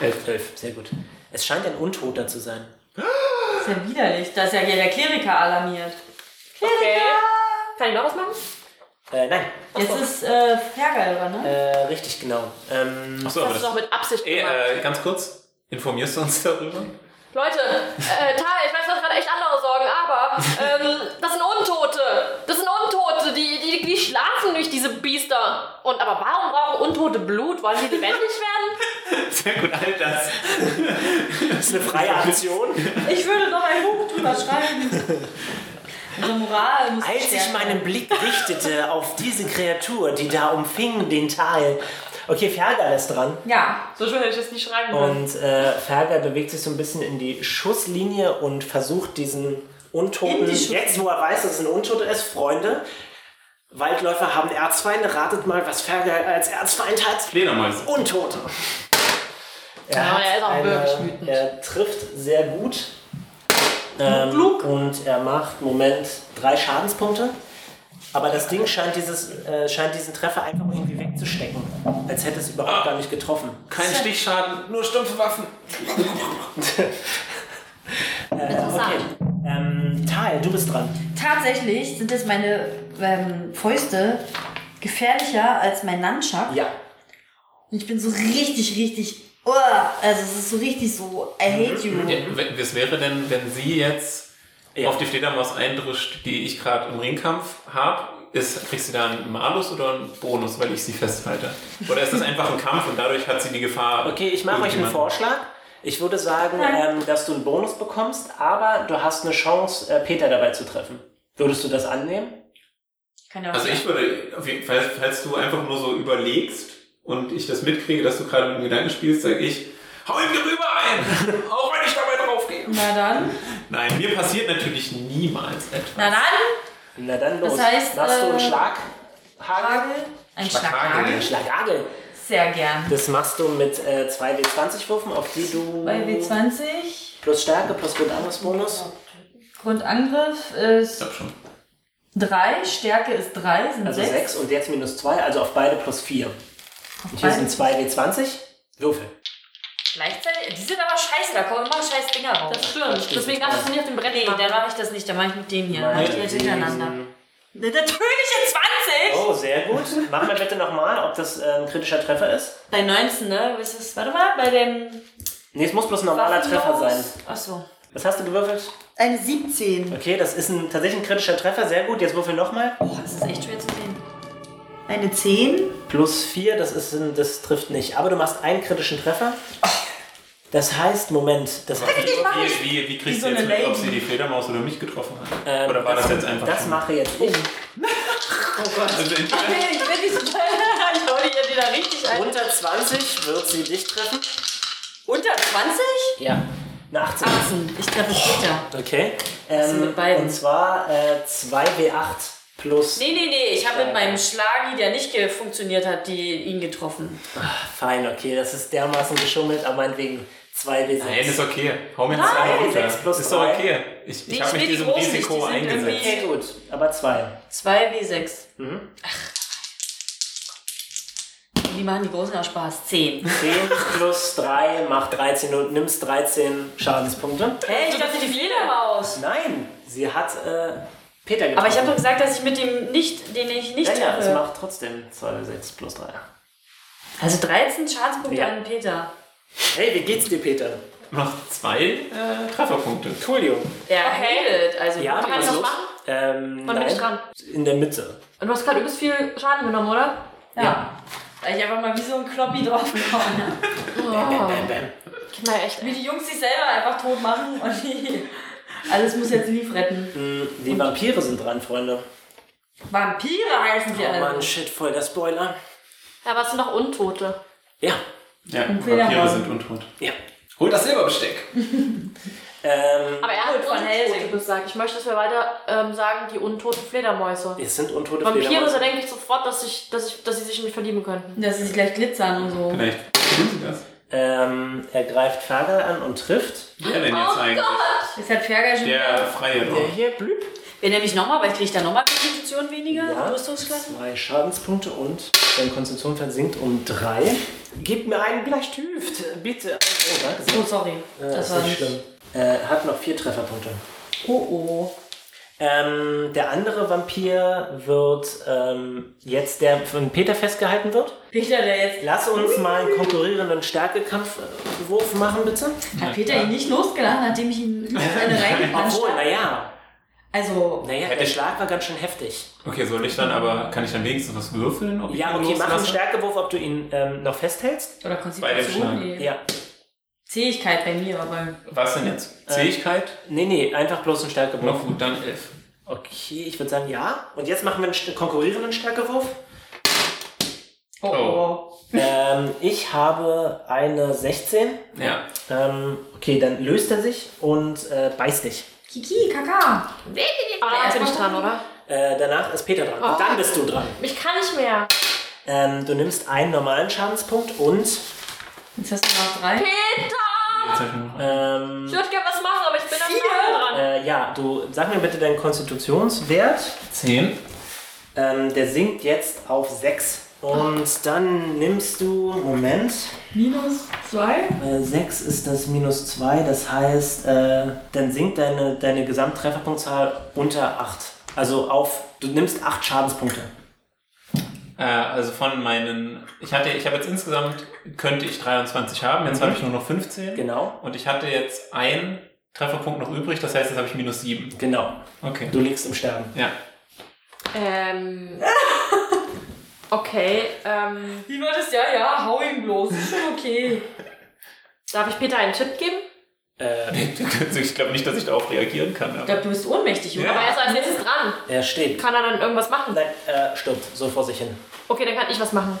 Speaker 2: 11. 11, sehr gut. Es scheint ein Untoter zu sein.
Speaker 3: Das ist ja widerlich. Da ist ja hier der Kleriker alarmiert.
Speaker 5: Okay. Kann ich noch was machen?
Speaker 2: Äh, nein,
Speaker 3: Jetzt ist äh, Fergal dran, ne?
Speaker 2: äh, richtig genau. Ähm,
Speaker 4: Achso, aber
Speaker 5: Das ist doch
Speaker 4: das.
Speaker 5: mit Absicht
Speaker 4: Ey,
Speaker 5: gemacht.
Speaker 4: äh, ganz kurz. Informierst du uns darüber?
Speaker 5: Leute, äh, Tal, ich weiß, du hast gerade echt andere Sorgen, aber ähm, das sind Untote. Das sind Untote, die, die, die schlafen durch diese Biester. Und aber warum brauchen Untote Blut? Wollen sie lebendig werden?
Speaker 4: Sehr gut, all das.
Speaker 2: das ist eine freie Aktion.
Speaker 3: Ich würde noch ein Buch drüber schreiben. Unsere Moral muss
Speaker 2: Als ich
Speaker 3: gestärkt
Speaker 2: meinen
Speaker 3: werden.
Speaker 2: Blick richtete auf diese Kreatur, die da umfing den Tal. Okay, Fergal ist dran.
Speaker 3: Ja.
Speaker 5: So schön hätte ich das nicht schreiben können.
Speaker 2: Und äh, Fergal bewegt sich so ein bisschen in die Schusslinie und versucht diesen Untoten,
Speaker 3: In die Schuss-
Speaker 2: jetzt wo er weiß, dass es ein Untoter ist, Freunde, Waldläufer haben Erzfeinde, ratet mal, was Fergal als Erzfeind hat.
Speaker 4: Fledermäuse.
Speaker 2: Untote. Er,
Speaker 5: Ja,
Speaker 2: hat
Speaker 5: er ist auch wirklich wütend.
Speaker 2: Er trifft sehr gut. Ähm, und er macht, Moment, drei Schadenspunkte. Aber das Ding scheint, dieses, äh, scheint diesen Treffer einfach irgendwie wegzustecken. Als hätte es überhaupt
Speaker 5: Ah.
Speaker 2: gar nicht getroffen.
Speaker 4: Kein Stichschaden, nur stumpfe Waffen.
Speaker 2: Okay. Ähm, Tal, du bist dran.
Speaker 3: Tatsächlich sind jetzt meine ähm, Fäuste gefährlicher als mein Nunchuck.
Speaker 2: Ja.
Speaker 3: Und ich bin so richtig, richtig. uah, also es ist so richtig so, I hate you.
Speaker 4: Mhm. Ja, w- was wäre denn, wenn sie jetzt auf die Fledermaus eindrischt, die ich gerade im Ringkampf habe? Ist, kriegst du da einen Malus oder einen Bonus, weil ich sie festhalte? Oder ist das einfach ein Kampf und dadurch hat sie die Gefahr?
Speaker 2: Okay, ich mache euch einen
Speaker 4: irgendjemanden-
Speaker 2: Vorschlag. Ich würde sagen, ähm, dass du einen Bonus bekommst, aber du hast eine Chance, äh, Peter dabei zu treffen. Würdest du das annehmen?
Speaker 3: Kann ja auch
Speaker 4: Also ich würde, auf jeden Fall, falls du einfach nur so überlegst und ich das mitkriege, dass du gerade mit dem Gedanken spielst, sage ich, hau ihm darüber ein, auch wenn ich dabei draufgehe.
Speaker 3: Na dann.
Speaker 4: Nein, mir passiert natürlich niemals etwas.
Speaker 3: Na dann.
Speaker 2: Na dann los.
Speaker 3: Das heißt,
Speaker 2: Machst du einen
Speaker 3: äh,
Speaker 2: Schlag? Hagel?
Speaker 3: Ein
Speaker 4: Schlaghagel.
Speaker 2: ne?
Speaker 3: Schlaghagel.
Speaker 2: Schlagagel.
Speaker 3: Sehr gern.
Speaker 2: Das machst du mit äh, 2W20-Würfen, auf die du...
Speaker 3: Bei W20.
Speaker 2: Plus Stärke, plus
Speaker 3: Mhm.
Speaker 2: Grundangriffsbonus.
Speaker 3: Grundangriff
Speaker 4: Ich
Speaker 3: ist
Speaker 4: glaube schon.
Speaker 3: 3, Stärke ist 3, sind
Speaker 2: Also
Speaker 3: 6.
Speaker 2: 6 und jetzt minus 2, also auf beide plus 4. Und hier sind 2W20. Würfel.
Speaker 3: Gleichzeitig. Die sind aber scheiße, da kommen immer scheiß Dinger raus.
Speaker 5: Das stimmt. Deswegen darfst du es nicht auf dem Brett
Speaker 3: Nee,
Speaker 5: machen.
Speaker 3: dann mache ich das nicht, dann mache ich mit dem hier. Dann mache ich die jetzt durcheinander. Eine natürliche 20!
Speaker 2: Oh, sehr gut. Mach mal bitte nochmal, ob das äh, ein kritischer Treffer ist.
Speaker 3: Bei 19, ne? Was ist, warte mal, bei dem.
Speaker 2: Nee, es muss bloß ein normaler Treffer sein.
Speaker 3: Achso.
Speaker 2: Was hast du gewürfelt?
Speaker 3: Eine 17.
Speaker 2: Okay, das ist ein, tatsächlich ein kritischer Treffer. Sehr gut, jetzt würfel nochmal.
Speaker 3: Das ist echt schwer zu sehen. Eine 10.
Speaker 2: Plus 4, das, ist ein, das trifft nicht. Aber du machst einen kritischen Treffer. Das heißt, Moment, das,
Speaker 4: Wie, wie, wie kriegst
Speaker 3: so
Speaker 4: du jetzt
Speaker 3: eine
Speaker 4: mit, ob
Speaker 3: Lady.
Speaker 4: sie die Fledermaus oder mich getroffen hat? oder war das, jetzt einfach
Speaker 2: Ähm, das
Speaker 4: schon?
Speaker 2: mache jetzt ich.
Speaker 4: Also entweder-
Speaker 3: Ich bin nicht so Ich hole hier
Speaker 5: wieder richtig
Speaker 2: Oh,
Speaker 5: ein.
Speaker 9: Unter 20 wird sie dich treffen.
Speaker 3: Unter 20?
Speaker 2: Ja. Eine 18.
Speaker 3: 18. Ich treffe später.
Speaker 2: Okay.
Speaker 3: sind
Speaker 2: Ähm,
Speaker 3: mit beiden?
Speaker 2: und zwar äh, 2W8 plus.
Speaker 3: Nee, nee, nee. Ich habe mit meinem Schlagi, der nicht ge- funktioniert hat, die, ihn getroffen.
Speaker 2: Fein, okay, das ist dermaßen geschummelt, aber meinetwegen 2W6.
Speaker 4: Nein, ist okay. Hau mir das
Speaker 2: Nein.
Speaker 4: einmal runter.
Speaker 2: Sechs plus
Speaker 4: Ist doch
Speaker 2: drei.
Speaker 4: okay. Ich, ich
Speaker 3: Nee,
Speaker 4: habe
Speaker 3: ich will
Speaker 4: mich
Speaker 3: die
Speaker 4: diesem
Speaker 3: großen nicht,
Speaker 4: Risiko
Speaker 3: die sind
Speaker 4: eingesetzt.
Speaker 2: Sehr gut, aber 2.
Speaker 3: 2W6.
Speaker 2: Mhm.
Speaker 3: Ach. Die machen die großen auch Spaß. 10.
Speaker 2: 10 plus 3 macht 13 und nimmst 13 Schadenspunkte.
Speaker 3: Hey, ich dachte, die Fledermaus.
Speaker 2: Nein, sie hat äh, Peter getroffen.
Speaker 3: Aber ich habe doch gesagt, dass ich mit dem nicht, den ich nicht äh,
Speaker 2: ja, ja, es
Speaker 3: treffe.
Speaker 2: macht trotzdem 2W6 plus 3.
Speaker 3: Also 13 Schadenspunkte
Speaker 2: Ja.
Speaker 3: an Peter.
Speaker 2: Hey, wie geht's dir, Peter?
Speaker 4: Macht zwei äh, Trefferpunkte.
Speaker 2: Coolio.
Speaker 3: Der
Speaker 5: Okay.
Speaker 3: heilt. Also
Speaker 2: Ja,
Speaker 5: Kann ich
Speaker 2: also-
Speaker 5: das machen?
Speaker 2: Ähm,
Speaker 5: Wann bin ich
Speaker 2: nein,
Speaker 5: dran?
Speaker 2: in der Mitte.
Speaker 5: Und du hast gerade übelst viel Schaden genommen, oder?
Speaker 3: Ja. Weil ich einfach mal wie so ein Kloppi draufgehauen habe. Oh.
Speaker 5: Na echt.
Speaker 3: Wie die Jungs sich selber einfach tot machen und die. Alles muss jetzt Lief retten.
Speaker 2: Die Vampire sind dran, Freunde.
Speaker 3: Vampire heißen sie
Speaker 2: Oh
Speaker 3: alle.
Speaker 2: Mann, shit, voll der Spoiler.
Speaker 5: Ja, aber es sind noch Untote.
Speaker 2: Ja,
Speaker 4: Ja, Vampire
Speaker 3: Fledermaus.
Speaker 4: sind untot.
Speaker 2: ja.
Speaker 10: Hol das Silberbesteck.
Speaker 2: Ähm,
Speaker 5: Aber er hat
Speaker 3: Untote von
Speaker 5: Untote
Speaker 3: Helsing.
Speaker 5: gesagt. Ich möchte, dass wir weiter ähm, sagen, die untoten Fledermäuse.
Speaker 2: es sind untote
Speaker 5: Vampire,
Speaker 2: Fledermäuse.
Speaker 5: so denke ich sofort, dass, ich, dass, ich, dass sie sich in mich verlieben könnten.
Speaker 3: Dass sie sich gleich glitzern und so.
Speaker 4: Vielleicht tun sie das.
Speaker 2: Ähm, er greift Fergal an und trifft.
Speaker 4: Wer denn jetzt eigentlich?
Speaker 3: Das hat Fergal schon
Speaker 4: Der
Speaker 3: wieder.
Speaker 4: Freie
Speaker 2: Der
Speaker 4: doch.
Speaker 2: hier blüht.
Speaker 3: Wenn er mich nochmal, weil ich kriege dann nochmal Konstitution weniger.
Speaker 2: Ja.
Speaker 3: Rüstungsklasse.
Speaker 2: Zwei Schadenspunkte und seine Konzentration versinkt um drei. Gib mir einen Bleistift, bitte. Oh, danke sehr.
Speaker 3: Oh, sorry. das
Speaker 2: ist
Speaker 3: war
Speaker 2: nicht schlimm. Äh, hat noch vier Trefferpunkte.
Speaker 3: Oh, oh.
Speaker 2: Ähm, der andere Vampir wird ähm, jetzt, der von Peter festgehalten wird.
Speaker 3: Peter, der jetzt.
Speaker 2: Lass uns mal einen konkurrierenden Stärkekampfwurf machen, bitte.
Speaker 3: Hat Peter ihn nicht losgelassen, nachdem ich ihn in eine reingepanscht
Speaker 2: Obwohl,
Speaker 3: habe?
Speaker 2: naja,
Speaker 3: Also,
Speaker 2: naja, der Schlag war ganz schön heftig.
Speaker 4: Okay, soll ich dann aber, kann ich dann wenigstens was würfeln? ob ich
Speaker 2: Ja,
Speaker 4: ihn
Speaker 2: okay, mach einen
Speaker 4: loslasse?
Speaker 2: Stärkewurf, ob du ihn ähm, noch festhältst.
Speaker 3: oder
Speaker 4: Bei dem Schlag.
Speaker 3: Konstitution? Nee.
Speaker 2: Ja.
Speaker 3: Zähigkeit bei mir, aber.
Speaker 4: Was denn jetzt? Zähigkeit?
Speaker 2: Nee, nee, einfach bloß einen Stärkewurf.
Speaker 4: Na gut, dann elf.
Speaker 2: Okay, ich würde sagen ja. Und jetzt machen wir einen st- konkurrierenden Stärkewurf.
Speaker 3: Oh, oh.
Speaker 2: ähm, ich habe eine 16.
Speaker 4: Ja.
Speaker 2: Ähm, okay, dann löst er sich und äh, beißt dich.
Speaker 3: Kiki, Kaka.
Speaker 5: Aber dann bin ich dran, oder?
Speaker 2: Äh, danach ist Peter dran. Und dann bist du dran.
Speaker 5: Ich kann nicht mehr.
Speaker 2: Ähm, du nimmst einen normalen Schadenspunkt und
Speaker 3: Jetzt hast du noch drei.
Speaker 5: Peter!
Speaker 4: Jetzt hab ich nur noch-
Speaker 2: ähm,
Speaker 5: Ich würde gerne was machen, aber ich bin am dran.
Speaker 2: äh, ja, du sag mir bitte deinen Konstitutionswert.
Speaker 4: Zehn.
Speaker 2: Ähm, der sinkt jetzt auf 6. Und dann nimmst du, Moment,
Speaker 11: Minus zwei.
Speaker 2: äh, 6 ist das minus 2, das heißt, äh, dann sinkt deine, deine Gesamttrefferpunktzahl unter 8. Also auf, du nimmst 8 Schadenspunkte.
Speaker 4: Äh, also von meinen, ich hatte, ich habe jetzt insgesamt, könnte ich 23 haben, jetzt habe ich nur noch 15.
Speaker 2: Genau,
Speaker 4: Und ich hatte jetzt einen Trefferpunkt noch übrig, das heißt, jetzt habe ich minus sieben.
Speaker 2: genau.
Speaker 4: Okay.
Speaker 2: Du liegst im Sterben.
Speaker 4: Ja.
Speaker 5: Ähm. Okay, ähm.
Speaker 3: Wie war das? Ja, ja, hau ihn bloß. Ist schon okay.
Speaker 5: Darf ich Peter einen Tipp geben?
Speaker 4: Ich glaube nicht, dass ich darauf reagieren kann.
Speaker 3: Ich glaube, du bist ohnmächtig, oder?
Speaker 5: Aber er ist als nächstes dran.
Speaker 2: Er steht.
Speaker 5: Hm. Kann er dann irgendwas machen?
Speaker 2: Nein, äh, stirbt so vor sich hin.
Speaker 5: Okay, dann kann ich was machen.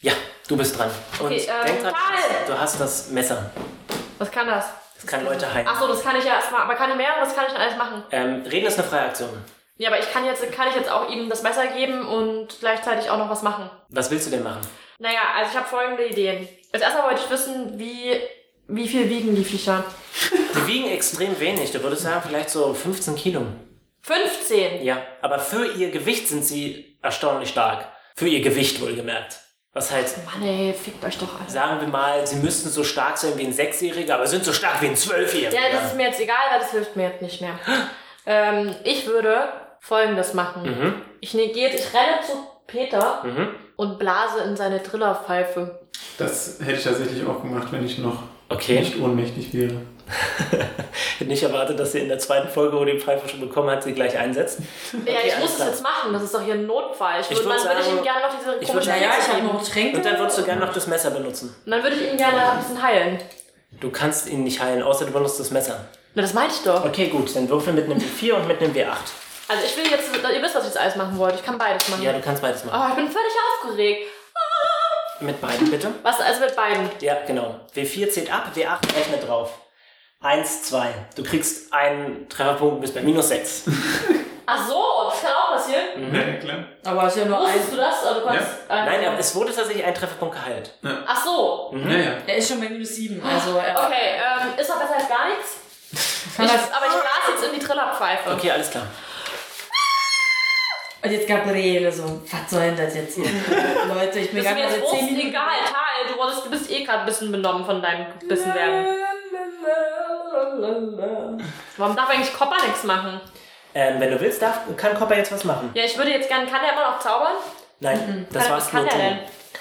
Speaker 2: Ja, du bist dran. Und
Speaker 5: Okay, ähm,
Speaker 2: denk dran,
Speaker 5: Karl!
Speaker 2: du hast das Messer.
Speaker 5: Was kann das?
Speaker 2: Das kann Leute heilen.
Speaker 5: Achso, das kann ich ja erstmal. Aber kann ich mehr? Was kann ich denn alles machen?
Speaker 2: Ähm, Reden ist eine freie Aktion.
Speaker 5: Ja, aber ich kann jetzt, kann ich jetzt auch ihm das Messer geben und gleichzeitig auch noch was machen.
Speaker 2: Was willst du denn machen?
Speaker 5: Naja, also ich habe folgende Ideen. Als erstmal wollte ich wissen, wie, wie viel wiegen die Viecher?
Speaker 2: Die wiegen extrem wenig. Du würdest sagen, vielleicht so 15 Kilo.
Speaker 5: 15.
Speaker 2: Ja, aber für ihr Gewicht sind sie erstaunlich stark. Für ihr Gewicht wohlgemerkt. Was heißt,
Speaker 5: Mann ey, fickt euch doch alle.
Speaker 2: sagen wir mal, sie müssten so stark sein wie ein Sechsjähriger, aber sind so stark wie ein Zwölfjähriger.
Speaker 5: Ja, das ist mir jetzt egal, weil das hilft mir jetzt nicht mehr. Ähm, ich würde folgendes machen.
Speaker 2: Mhm.
Speaker 5: Ich negiert, ich renne zu Peter und blase in seine Trillerpfeife.
Speaker 4: Das hätte ich tatsächlich auch gemacht, wenn ich noch
Speaker 2: okay.
Speaker 4: nicht ohnmächtig wäre.
Speaker 2: Ich hätte nicht erwartet, dass sie in der zweiten Folge, wo die Pfeife schon bekommen hat, sie gleich einsetzt.
Speaker 5: ja, ich
Speaker 2: alles
Speaker 5: muss es
Speaker 2: klar.
Speaker 5: jetzt machen. Das ist doch hier ein Notfall. Ich
Speaker 2: Ich
Speaker 5: würde
Speaker 2: würd
Speaker 5: dann würde ich
Speaker 2: sagen,
Speaker 5: ihm gerne noch diese
Speaker 2: ich
Speaker 5: komische
Speaker 2: würd-
Speaker 3: Naja,
Speaker 5: Hexe
Speaker 3: ich habe
Speaker 5: geben.
Speaker 3: noch Tränke.
Speaker 2: Und dann würdest du gerne noch das Messer benutzen.
Speaker 5: Und dann würde ich ihn gerne ein bisschen heilen.
Speaker 2: Du kannst ihn nicht heilen, außer du benutzt das Messer.
Speaker 5: Na, das meinte ich doch.
Speaker 2: Okay, gut, dann würfel mit einem W4 und mit einem W8.
Speaker 5: Also ich will jetzt, ihr wisst, was ich jetzt alles machen wollte. Ich kann beides machen.
Speaker 2: Ja, du kannst beides machen.
Speaker 5: Oh, ich bin völlig aufgeregt.
Speaker 2: Mit beiden bitte.
Speaker 5: Was also mit beiden?
Speaker 2: Ja, genau. W4 zählt ab, W8 rechnet drauf. 1, 2. Du kriegst einen Trefferpunkt und bist bei minus 6.
Speaker 5: Ach so, das kann auch passieren.
Speaker 4: Ja, klar.
Speaker 3: Aber es ist ja nur ein.
Speaker 5: Wusstest du das? Aber du konntest, äh,
Speaker 2: Nein, aber es wurde tatsächlich ein Trefferpunkt geheilt.
Speaker 5: Ach so.
Speaker 4: Ja, ja.
Speaker 3: Er ist schon bei minus 7. Also, er
Speaker 5: Okay, ähm, ist doch besser als gar nichts.
Speaker 3: kann das.
Speaker 5: Aber ich las jetzt in die Trillerpfeife.
Speaker 2: Okay, alles klar.
Speaker 3: Und jetzt Gabriele so, was soll denn das jetzt hier? Leute, ich bin
Speaker 5: Ist mir
Speaker 3: gerade mal
Speaker 5: jetzt
Speaker 3: seit 10
Speaker 5: Wurst
Speaker 3: Minuten.
Speaker 5: egal, Tal, du, wurdest, du bist eh gerade ein bisschen benommen von deinem bisschen werden. Warum darf eigentlich Copper nichts machen?
Speaker 2: Ähm, wenn du willst, darf, kann Copper jetzt was machen.
Speaker 5: Ja, ich würde jetzt gerne, kann der immer noch zaubern?
Speaker 3: Mhm.
Speaker 2: Nein, das
Speaker 5: kann,
Speaker 2: war's
Speaker 5: was kann
Speaker 2: nur
Speaker 5: der
Speaker 2: du.
Speaker 5: denn?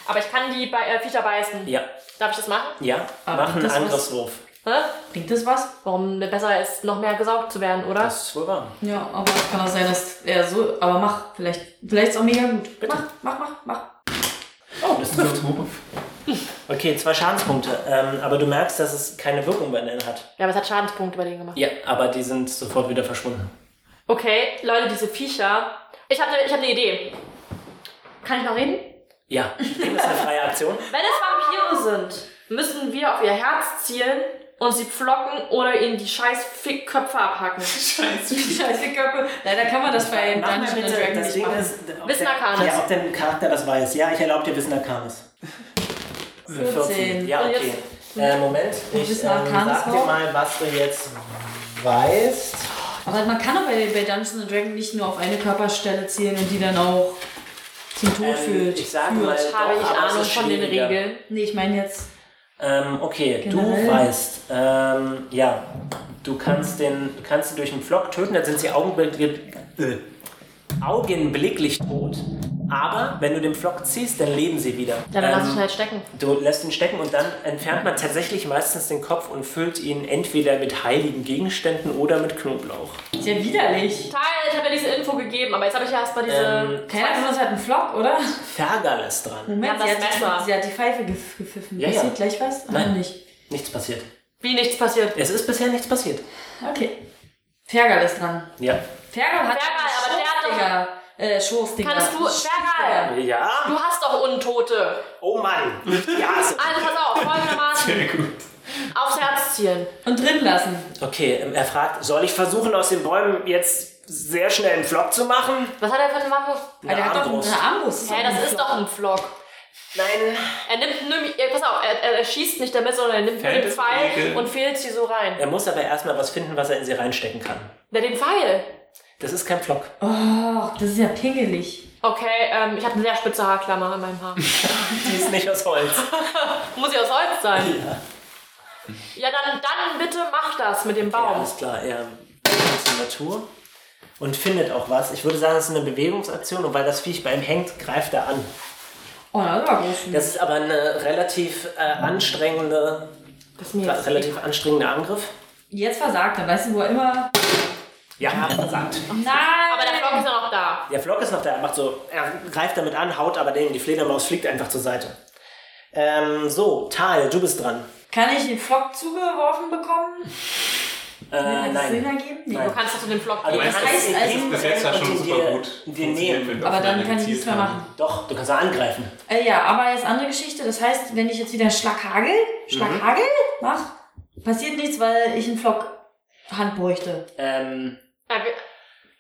Speaker 5: Aber ich kann die bei, äh, Viecher beißen.
Speaker 2: Ja,
Speaker 5: Darf ich das machen?
Speaker 2: ja.
Speaker 3: Aber
Speaker 2: Mach einen
Speaker 3: das war's.
Speaker 2: Angriffswurf.
Speaker 5: Hä?
Speaker 3: Bringt das was?
Speaker 5: ne? Warum besser ist, noch mehr gesaugt zu werden, oder?
Speaker 2: Das ist wohl wahr.
Speaker 3: Ja, aber kann auch sein, dass er so. Aber mach, vielleicht. Vielleicht ist auch mega gut. Mach, mach, mach, mach.
Speaker 2: Oh, das trifft. Okay, zwei Schadenspunkte. Ähm, aber du merkst, dass es keine Wirkung bei denen hat.
Speaker 5: Ja, aber es hat Schadenspunkte bei denen gemacht.
Speaker 2: Ja, aber die sind sofort wieder verschwunden.
Speaker 5: Okay, Leute, diese Viecher. Ich habe ich hab eine Idee. Kann ich noch reden?
Speaker 2: Ja, das ist eine freie Aktion.
Speaker 5: Wenn es Vampire sind, müssen wir auf ihr Herz zielen und sie pflocken oder ihnen die scheiß Fickköpfe abhacken.
Speaker 3: Scheiße, Köpfe. Leider kann man das bei
Speaker 2: Mach mal
Speaker 3: Dungeon
Speaker 2: bitte,
Speaker 3: Dragon
Speaker 2: das
Speaker 3: nicht
Speaker 2: Ding
Speaker 3: machen.
Speaker 2: ist, ob
Speaker 5: Wissen
Speaker 2: der-
Speaker 5: Arcanis.
Speaker 2: Ja, ob dein Charakter das weiß. Ja, ich erlaube dir Wissen Arcanis.
Speaker 3: 14.
Speaker 2: Ja,
Speaker 5: Und
Speaker 2: okay. Äh, Moment, ich ähm,
Speaker 3: Wissen Arcanis
Speaker 2: sag dir
Speaker 3: auch?
Speaker 2: mal, was du jetzt weißt.
Speaker 3: Aber man kann doch bei, bei Dungeons Dragon nicht nur auf eine Körperstelle zielen und die dann auch zum Tod
Speaker 2: Ähm,
Speaker 3: führt.
Speaker 2: ich sage mal,
Speaker 3: Führt.
Speaker 5: Habe ich
Speaker 2: doch, aber es
Speaker 5: Ahnung
Speaker 2: ist
Speaker 5: von den
Speaker 2: schwieriger.
Speaker 5: Regeln.
Speaker 3: Nee, ich meine jetzt.
Speaker 2: Ähm, okay,
Speaker 3: Generell.
Speaker 2: du weißt, ähm, ja, du kannst den, du kannst sie durch einen Flock töten, dann sind sie augenblicklich, äh, augenblicklich tot. Aber wenn du den Flock ziehst, dann leben sie wieder.
Speaker 5: Ja, dann lass ich
Speaker 2: Ähm,
Speaker 5: ihn halt stecken.
Speaker 2: Du lässt ihn stecken und dann entfernt man tatsächlich meistens den Kopf und füllt ihn entweder mit heiligen Gegenständen oder mit Knoblauch.
Speaker 3: Sehr widerlich.
Speaker 5: Teil, ich habe ja diese Info gegeben, aber jetzt habe ich ja erstmal diese.
Speaker 2: Ähm,
Speaker 3: Keiner von uns hat einen Flock, oder?
Speaker 2: Fergal ist dran.
Speaker 3: Moment,
Speaker 5: Ja,
Speaker 3: sie,
Speaker 5: das
Speaker 3: hat
Speaker 5: Messer.
Speaker 3: die, sie hat die Pfeife gef- gepfiffen.
Speaker 2: Ja, ja.
Speaker 3: Passiert gleich was? Oder
Speaker 2: Nein.
Speaker 3: nicht.
Speaker 2: Nichts passiert.
Speaker 5: wie nichts passiert.
Speaker 2: Es ist bisher nichts passiert.
Speaker 3: Okay. Fergal ist dran.
Speaker 2: Ja.
Speaker 3: Fergal hat
Speaker 5: Fergal, aber der hat doch-
Speaker 3: Schurz, Digga. Äh, Schurz, Digga.
Speaker 5: Kannst du. Fergal!
Speaker 2: Ja?
Speaker 5: Du hast doch Untote!
Speaker 2: Oh Mann. Ja. so-
Speaker 5: Also pass auf, folgendermaßen.
Speaker 4: Sehr gut.
Speaker 5: Aufs Herz zielen.
Speaker 3: Und drin lassen.
Speaker 2: Okay, ähm, er fragt, soll ich versuchen, aus den Bäumen jetzt sehr schnell einen Flock zu machen?
Speaker 5: Was hat er für eine Waffe?
Speaker 3: Weil der hat doch
Speaker 2: Armbrust.
Speaker 3: eine Armbrust.
Speaker 5: Hä, das ist doch ein Flock.
Speaker 2: Nein.
Speaker 5: Er nimmt nur, ja, pass auf, er, er, er schießt nicht damit, sondern er nimmt nur
Speaker 4: Fällt
Speaker 5: den
Speaker 4: es
Speaker 5: Pfeil
Speaker 4: Regel?
Speaker 5: und fehlt sie so rein.
Speaker 2: Er muss aber erstmal was finden, was er in sie reinstecken kann.
Speaker 5: Na, den Pfeil.
Speaker 2: Das ist kein Flock.
Speaker 3: Och, das ist ja pingelig.
Speaker 5: Okay, ähm, ich habe eine sehr spitze Haarklammer an meinem Haar.
Speaker 2: Die ist nicht aus Holz.
Speaker 5: Muss ja aus Holz sein. Ja, dann, dann bitte mach das mit dem
Speaker 2: Ja,
Speaker 5: Baum.
Speaker 2: alles klar, er ist in der Natur und findet auch was. Ich würde sagen, es ist eine Bewegungsaktion und weil das Viech bei ihm hängt, greift er an.
Speaker 3: Oh, das war groß.
Speaker 2: Das ist aber eine relativ äh, anstrengende,
Speaker 5: Das ist mir jetzt
Speaker 2: relativ anstrengender Angriff.
Speaker 3: Jetzt versagt er. Weißt du, wo er immer...
Speaker 2: Ja, er versagt.
Speaker 3: Nein!
Speaker 5: Aber der Flock ist ja noch da.
Speaker 2: Der Flock ist noch da, er macht so, er greift damit an, haut aber den, die Fledermaus fliegt einfach zur Seite. Ähm, so, Tal, du bist dran.
Speaker 3: Kann ich den Flock zugeworfen bekommen?
Speaker 2: Äh,
Speaker 3: Hat das Sinn
Speaker 2: nein.
Speaker 3: ergeben? Nee.
Speaker 5: Du kannst doch zu dem Flock
Speaker 2: Also,
Speaker 5: gehen.
Speaker 2: du kannst
Speaker 3: heißt
Speaker 2: ihn
Speaker 3: also-
Speaker 2: hinstellen
Speaker 4: Das letzte hat
Speaker 2: und
Speaker 4: schon
Speaker 2: ihn
Speaker 4: super
Speaker 2: dir-
Speaker 4: gut
Speaker 2: dir
Speaker 4: funktioniert,
Speaker 2: nehmen.
Speaker 4: wenn wir
Speaker 3: Aber dann
Speaker 4: aufeinander
Speaker 3: kann ich nichts
Speaker 4: gezielt
Speaker 3: mehr
Speaker 4: haben.
Speaker 3: machen.
Speaker 2: Doch, du kannst auch angreifen.
Speaker 3: Äh, ja, aber jetzt andere Geschichte. Das heißt, wenn ich jetzt wieder Schlaghagel,
Speaker 2: Mhm.
Speaker 3: Schlaghagel mach, passiert nichts, weil ich einen Flock Hand bräuchte.
Speaker 2: Ähm,
Speaker 5: Äh, wir-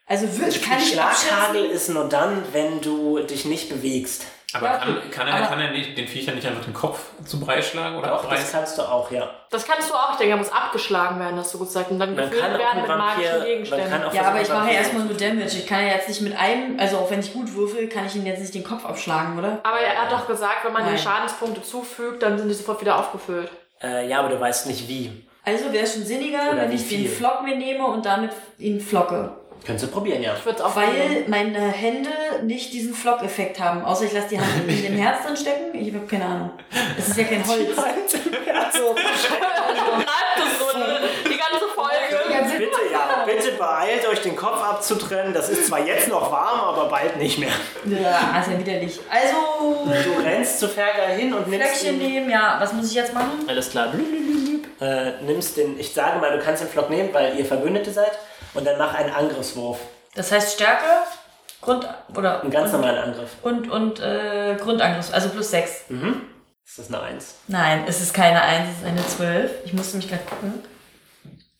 Speaker 3: Also wirklich kann ich
Speaker 2: Schlaghagel
Speaker 3: abschätzen.
Speaker 2: ist nur dann, wenn du dich nicht bewegst.
Speaker 4: Aber
Speaker 3: Ja,
Speaker 4: kann,
Speaker 3: okay.
Speaker 4: kann, er,
Speaker 3: Aber-
Speaker 4: kann er nicht, den Viechern nicht einfach den Kopf zu Brei schlagen oder
Speaker 2: Doch, das
Speaker 4: abreißen?
Speaker 2: kannst du auch, ja.
Speaker 5: Das kannst du auch, ich denke, er muss abgeschlagen werden, hast du gut gesagt. Und dann
Speaker 2: Man
Speaker 5: gefüllt
Speaker 2: kann auch
Speaker 5: werden
Speaker 2: mit
Speaker 5: mit magischen
Speaker 2: Vampir. Man kann
Speaker 5: Gegenständen.
Speaker 2: auch
Speaker 3: Ja, aber
Speaker 2: versuchen,
Speaker 3: ich mache ja
Speaker 2: Vampir-
Speaker 3: erstmal nur Damage. Ich kann ja jetzt nicht mit einem, also auch wenn ich gut würfel, kann ich ihn jetzt nicht den Kopf abschlagen, oder?
Speaker 5: Aber er hat doch gesagt, wenn man
Speaker 3: Nein.
Speaker 5: den Schadenspunkte zufügt, dann sind die sofort wieder aufgefüllt.
Speaker 2: Äh, ja, aber du weißt nicht wie.
Speaker 3: Also wäre es schon sinniger,
Speaker 2: Oder
Speaker 3: wenn
Speaker 2: wie
Speaker 3: ich den
Speaker 2: viel?
Speaker 3: Flock mir nehme und damit ihn flocke.
Speaker 2: Könntest du probieren, ja.
Speaker 5: Ich würde es auch
Speaker 3: Weil meine Hände nicht diesen Flock-Effekt haben. Außer ich lasse die Hand in dem Herz drin stecken. Ich habe keine Ahnung. Es ist ja kein Holz. so,
Speaker 5: Bleibt das so ne? die ganze Folge.
Speaker 2: Bitte, ja. Bitte beeilt euch, den Kopf abzutrennen. Das ist zwar jetzt noch warm, aber bald nicht mehr.
Speaker 3: ja, ist ja widerlich. Also,
Speaker 2: Du rennst zu Fergal hin und nimmst
Speaker 3: Flöckchen
Speaker 2: ihn.
Speaker 3: nehmen, ja. Was muss ich jetzt machen?
Speaker 2: Alles klar. Blub, blub, blub, blub. Äh, nimmst den, ich sage mal, du kannst den Flock nehmen, weil ihr Verbündete seid. Und dann mach einen Angriffswurf.
Speaker 3: Das heißt Stärke, Grund oder
Speaker 2: Mhm. Einen ganz normalen Angriff.
Speaker 3: und und äh, Grundangriff, also plus 6.
Speaker 2: Ist das eine 1?
Speaker 3: Nein, es ist keine 1, es ist eine 12. Ich musste mich gerade gucken.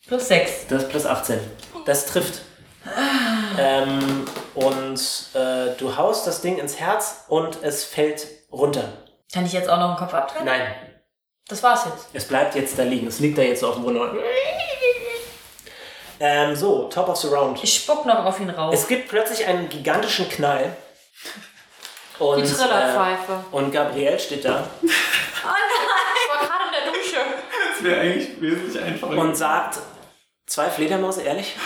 Speaker 3: Plus 6.
Speaker 2: Das ist plus 18. Das trifft. Ähm, und äh, du haust das Ding ins Herz und es fällt runter.
Speaker 3: Kann ich jetzt auch noch einen Kopf abtrennen?
Speaker 2: Nein,
Speaker 3: Das war's jetzt.
Speaker 2: es bleibt jetzt da liegen. Es liegt da jetzt so auf dem Boden. Ähm, so, top of the round.
Speaker 3: Ich spuck noch auf ihn raus.
Speaker 2: Es gibt plötzlich einen gigantischen Knall. Und,
Speaker 5: Die Trillerpfeife.
Speaker 2: Äh, und Gabrielle steht da
Speaker 5: Ich war gerade in der Dusche.
Speaker 4: Das wäre eigentlich wesentlich einfacher.
Speaker 2: und sagt, zwei Fledermäuse, ehrlich?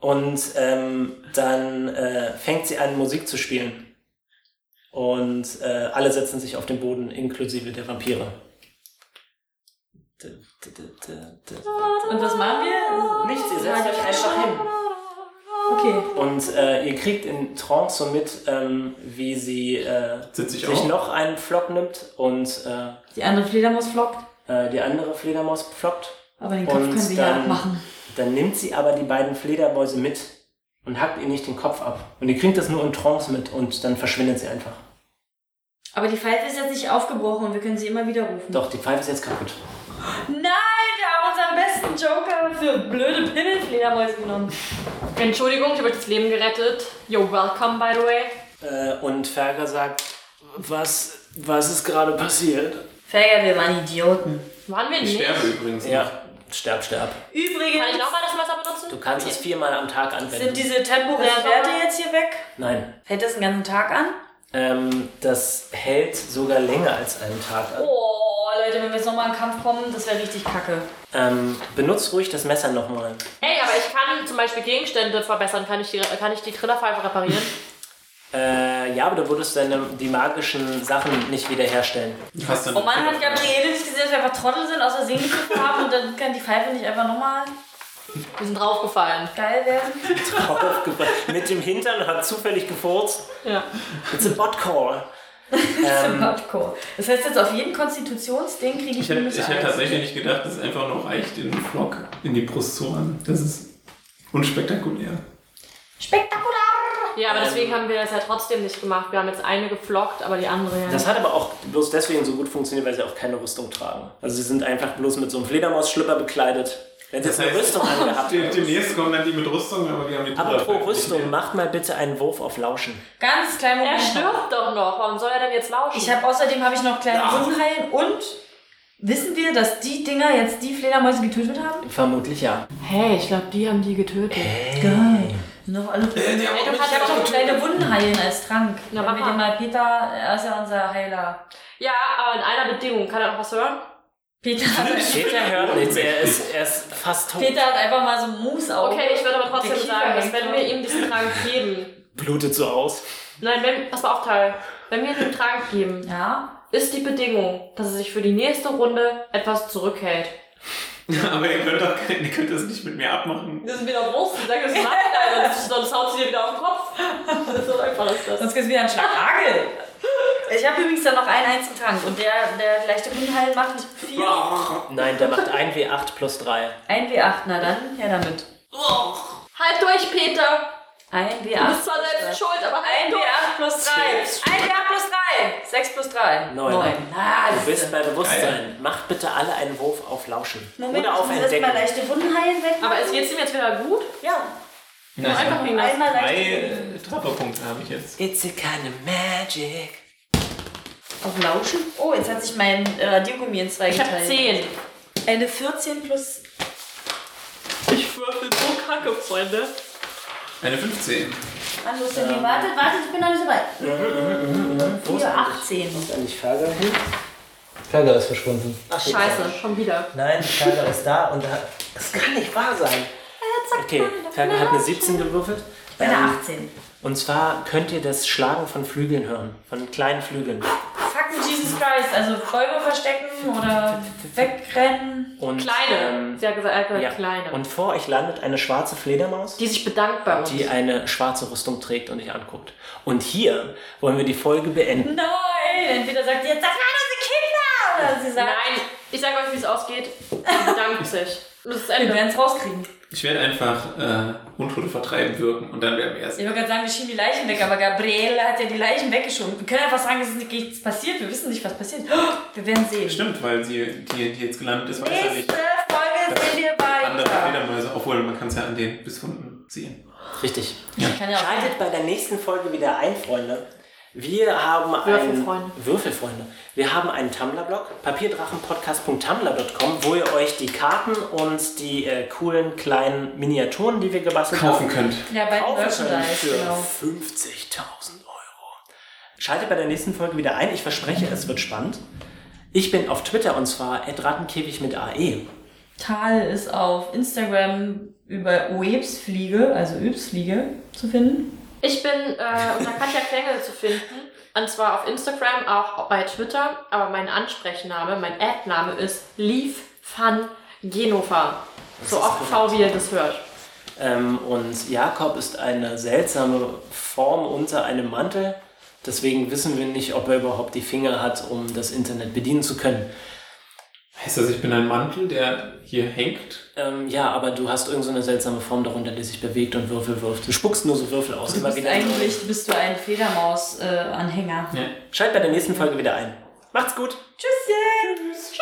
Speaker 2: und ähm, dann äh, fängt sie an, Musik zu spielen. Und äh, alle setzen sich auf den Boden, inklusive der Vampire.
Speaker 3: Und was machen wir?
Speaker 2: Nichts, ihr setzt euch einfach hin.
Speaker 3: Okay.
Speaker 2: Und äh, ihr kriegt in Trance so mit, ähm, wie sie äh,
Speaker 4: Sitze ich
Speaker 2: sich
Speaker 4: auch.
Speaker 2: noch einen Flock nimmt und äh,
Speaker 3: Die andere Fledermaus flockt,
Speaker 2: äh, die andere Fledermaus flockt.
Speaker 3: aber den Kopf
Speaker 2: Und
Speaker 3: können wir ja
Speaker 2: dann-
Speaker 3: abmachen.
Speaker 2: Dann nimmt sie aber die beiden Fledermäuse mit und hackt ihr nicht den Kopf ab. Und ihr kriegt das nur in Trance mit und dann verschwindet sie einfach.
Speaker 3: Aber die Pfeife ist jetzt nicht aufgebrochen und wir können sie immer wieder rufen.
Speaker 2: Doch, die Pfeife ist jetzt kaputt.
Speaker 3: Nein, wir haben unseren besten Joker für blöde Pimmelfledermäuse genommen.
Speaker 5: Entschuldigung, ich habe euch das Leben gerettet. You're welcome, by the way.
Speaker 2: Äh, und Ferger sagt, was, was ist gerade passiert?
Speaker 3: Ferger, wir waren Idioten.
Speaker 5: Waren wir
Speaker 4: Ich
Speaker 5: nicht?
Speaker 4: sterbe übrigens.
Speaker 2: Ja, sterb, sterb.
Speaker 5: Kann ich
Speaker 3: Übrigens
Speaker 5: nochmal das Messer benutzen?
Speaker 2: Du kannst es viermal am Tag
Speaker 3: sind
Speaker 2: anwenden.
Speaker 3: diese temporären Werte jetzt hier weg.
Speaker 2: Nein.
Speaker 3: Fällt das den ganzen Tag an?
Speaker 2: Ähm, das hält sogar länger als einen Tag an.
Speaker 3: Oh, Leute, wenn wir jetzt nochmal in den Kampf kommen, das wäre richtig kacke.
Speaker 2: Ähm, benutzt ruhig das Messer nochmal.
Speaker 5: Hey, aber ich kann zum Beispiel Gegenstände verbessern. Kann ich die, kann ich die Trillerpfeife reparieren?
Speaker 2: Äh, ja, aber du würdest deine, die magischen Sachen nicht wiederherstellen.
Speaker 4: Hast dann
Speaker 3: Oh Mann, hat Gabriele nicht gesehen, dass wir einfach Trottel sind, außer Segen gegriffen haben und dann kann die Pfeife nicht einfach nochmal
Speaker 5: Wir sind draufgefallen.
Speaker 3: geil werden?
Speaker 2: Aufgebracht. Mit dem Hintern und hat zufällig gefurzt.
Speaker 5: Ja.
Speaker 2: It's a bot call.
Speaker 3: Ähm, Hardcore. Das heißt jetzt auf jeden Konstitutionsding kriege ich,
Speaker 4: Ich hätte,
Speaker 3: minus
Speaker 4: ich hätte
Speaker 3: eins.
Speaker 4: tatsächlich nicht gedacht, dass es einfach noch reicht, den Flock in die Brust zu rammen. Das ist unspektakulär.
Speaker 3: Spektakulär!
Speaker 5: Ja, aber deswegen haben wir das ja trotzdem nicht gemacht. Wir haben jetzt eine geflockt, aber die andere ja
Speaker 2: Das
Speaker 5: nicht.
Speaker 2: hat aber auch bloß deswegen so gut funktioniert, weil sie auch keine Rüstung tragen. Also sie sind einfach bloß mit so einem Fledermausschlüpper bekleidet. Wenn sie jetzt
Speaker 4: Das
Speaker 2: eine
Speaker 4: heißt-
Speaker 2: Rüstung angehabt
Speaker 4: Dem-
Speaker 2: haben.
Speaker 4: Demnächst kommen dann die mit Rüstung, aber wir haben die
Speaker 2: Apropos
Speaker 4: Trillerpfeife nicht.
Speaker 2: Rüstung, macht mal bitte einen Wurf auf Lauschen.
Speaker 3: Ganz klein
Speaker 5: Er
Speaker 3: Moment.
Speaker 5: stirbt doch noch. Warum soll er denn jetzt lauschen?
Speaker 3: Ich habe außerdem habe ich noch kleine Wundheilen und wissen wir, dass die Dinger jetzt die Fledermäuse getötet haben?
Speaker 2: Vermutlich ja.
Speaker 5: hey, ich glaube, die haben die getötet.
Speaker 3: Geil. Sind doch alle
Speaker 4: Äh, der
Speaker 5: Ey,
Speaker 4: hat
Speaker 5: du
Speaker 4: mich
Speaker 5: kannst
Speaker 3: ich habe
Speaker 5: doch
Speaker 3: doch kleine Wundenheilen als Trank.
Speaker 5: Na,
Speaker 3: Wenn wir
Speaker 5: mach
Speaker 3: den mal Peter, er ist ja unser Heiler.
Speaker 5: Ja, aber in einer Bedingung. Kann er noch was hören?
Speaker 3: Peter hat,
Speaker 2: Peter hört nichts, er ist, er ist fast tot.
Speaker 3: Peter hat einfach mal so Moose auf.
Speaker 5: Okay, ich würde aber
Speaker 3: Der
Speaker 5: trotzdem
Speaker 3: Kiefer
Speaker 5: sagen, dass
Speaker 3: hängt
Speaker 5: wenn
Speaker 3: noch.
Speaker 5: wir ihm diesen Trank geben.
Speaker 2: Blutet so aus.
Speaker 5: Nein, wenn, pass mal auf, Teil. Wenn wir ihm den Trank geben,
Speaker 3: Ja.
Speaker 5: ist die Bedingung, dass er sich für die nächste Runde etwas zurückhält.
Speaker 4: Aber ihr könnt, doch, ihr könnt das nicht mit mir abmachen.
Speaker 5: Das ist wieder Wurst, ich sage, das macht keiner, sonst- sonst haut sie dir wieder auf den Kopf. So einfach ist das.
Speaker 3: Sonst gibt es wieder einen Schlagagel. Ich habe übrigens dann noch einen einzigen Trank und der, der leichte Wundenheil macht 4.
Speaker 2: Nein, der macht 1W8 plus 3.
Speaker 3: 1 W8, na dann, her damit.
Speaker 5: Halt durch, Peter!
Speaker 3: 1
Speaker 5: Du
Speaker 3: W8.
Speaker 5: bist zwar selbst schuld, aber halt
Speaker 3: 1
Speaker 5: durch!
Speaker 3: W8 plus 3. 1 W8 plus 3. 6 plus 3.
Speaker 2: Neun.
Speaker 3: Ah,
Speaker 2: Du bist bei Bewusstsein.
Speaker 4: Geil.
Speaker 2: Macht bitte alle einen Wurf auf Lauschen.
Speaker 3: Moment,
Speaker 2: Oder auf
Speaker 3: ich muss erstmal
Speaker 2: Entdecken.
Speaker 3: leichte Wunden heilen weg.
Speaker 5: Aber es geht's ihm jetzt wieder gut?
Speaker 3: Ja,
Speaker 12: Nein,
Speaker 5: Einfach wegen das.
Speaker 3: einmal
Speaker 12: drei
Speaker 3: leichte
Speaker 12: äh, Trapperpunkte habe ich jetzt.
Speaker 2: It's a kind of magic.
Speaker 3: Auf Lauschen? Oh, jetzt hat sich mein äh, Radiergummi in zwei
Speaker 5: Ich
Speaker 3: geteilt.
Speaker 5: hab 10.
Speaker 3: Eine 14 plus...
Speaker 5: Ich würfel so kacke, Freunde.
Speaker 4: Eine 15.
Speaker 3: Wann los denn? die? Wartet, wartet, ich bin noch nicht so weit.
Speaker 2: ist
Speaker 3: Für 18.
Speaker 2: Ist eigentlich Ferger hin? Ferger ist verschwunden. Ach,
Speaker 5: Scheiße, schon wieder.
Speaker 2: Nein, Ferger ist da und da. Das kann nicht wahr sein. Okay, Ferger hat eine 17 gewürfelt.
Speaker 3: Eine
Speaker 2: Ähm,
Speaker 3: 18.
Speaker 2: und zwar könnt ihr das Schlagen von Flügeln hören. Von kleinen Flügeln.
Speaker 3: Fucking Jesus Christ. Also Bäume verstecken oder wegrennen.
Speaker 2: Und, ähm,
Speaker 5: Kleine. Sie hat gesagt, er hat
Speaker 2: ja.
Speaker 5: gesagt, kleine.
Speaker 2: Und vor euch landet eine schwarze Fledermaus.
Speaker 5: die sich bedankt bei uns.
Speaker 2: die eine schwarze Rüstung trägt und dich anguckt. Und hier wollen wir die Folge beenden.
Speaker 3: Nein! Entweder sagt sie jetzt, das waren unsere Kinder! Oder sie sagt...
Speaker 5: Nein, ich sage euch, wie es ausgeht. Sie bedankt sich. Das ist
Speaker 3: Wir
Speaker 5: Ende.
Speaker 3: werden es rauskriegen.
Speaker 4: Ich werde einfach äh, Untote vertreiben wirken und dann werden wir erst.
Speaker 3: Ich wollte gerade sagen, wir schieben die Leichen weg, aber Gabriele hat ja die Leichen weggeschoben. Wir können einfach sagen, es ist nichts passiert. Wir wissen nicht, was passiert. Oh, Wir werden sehen.
Speaker 4: Stimmt, weil sie, die, die jetzt gelandet ist, weiß ja
Speaker 3: Nächste
Speaker 4: nicht.
Speaker 3: Folge sind wir
Speaker 4: Andere
Speaker 3: weiter.
Speaker 4: Fledermäuse, obwohl man kann es ja an den Bisswunden sehen.
Speaker 5: Mhm.
Speaker 1: Richtig.
Speaker 3: Ich kann ja auch
Speaker 2: Schaltet bei der nächsten Folge wieder ein, Freunde. Wir haben einen
Speaker 5: Würfelfreunde.
Speaker 2: Würfelfreunde. Wir haben einen Tumblr-Blog, papierdrachenpodcast.tumblr.com, wo ihr euch die Karten und die äh, coolen kleinen Miniaturen, die wir gebastelt
Speaker 4: Kaufen
Speaker 2: haben,
Speaker 4: könnt.
Speaker 3: ja, bei den
Speaker 2: kaufen können
Speaker 3: Merchandise,
Speaker 2: für
Speaker 3: genau.
Speaker 2: 50.000 Euro. Schaltet bei der nächsten Folge wieder ein. Ich verspreche, es wird spannend. Ich bin auf Twitter und zwar @rattenkäfig mit E. AE.
Speaker 3: Tal ist auf Instagram über Uebsfliege, also Übsfliege, zu finden.
Speaker 5: Ich bin äh, unter Katja Klengel zu finden. Und zwar auf Instagram, auch bei Twitter. Aber mein Ansprechname, mein Ad-Name ist Leaf Fun Genova. So
Speaker 2: ist
Speaker 5: oft V, wie ihr das hört.
Speaker 2: Ähm, und Jakob ist eine seltsame Form unter einem Mantel. Deswegen wissen wir nicht, ob er überhaupt die Finger hat, um das Internet bedienen zu können.
Speaker 4: Heißt das, ich bin ein Mantel, der hier hängt?
Speaker 2: Ähm, ja, aber du hast irgendeine so eine seltsame Form darunter, die sich bewegt und Würfel wirft. Du spuckst nur so Würfel aus.
Speaker 3: Du
Speaker 2: immer
Speaker 3: bist
Speaker 2: wieder.
Speaker 3: eigentlich bist du ein Fledermaus-Anhänger.
Speaker 4: Ja.
Speaker 2: Schalt bei der nächsten Folge wieder ein. Macht's gut!
Speaker 3: Tschüsschen! Tschüss!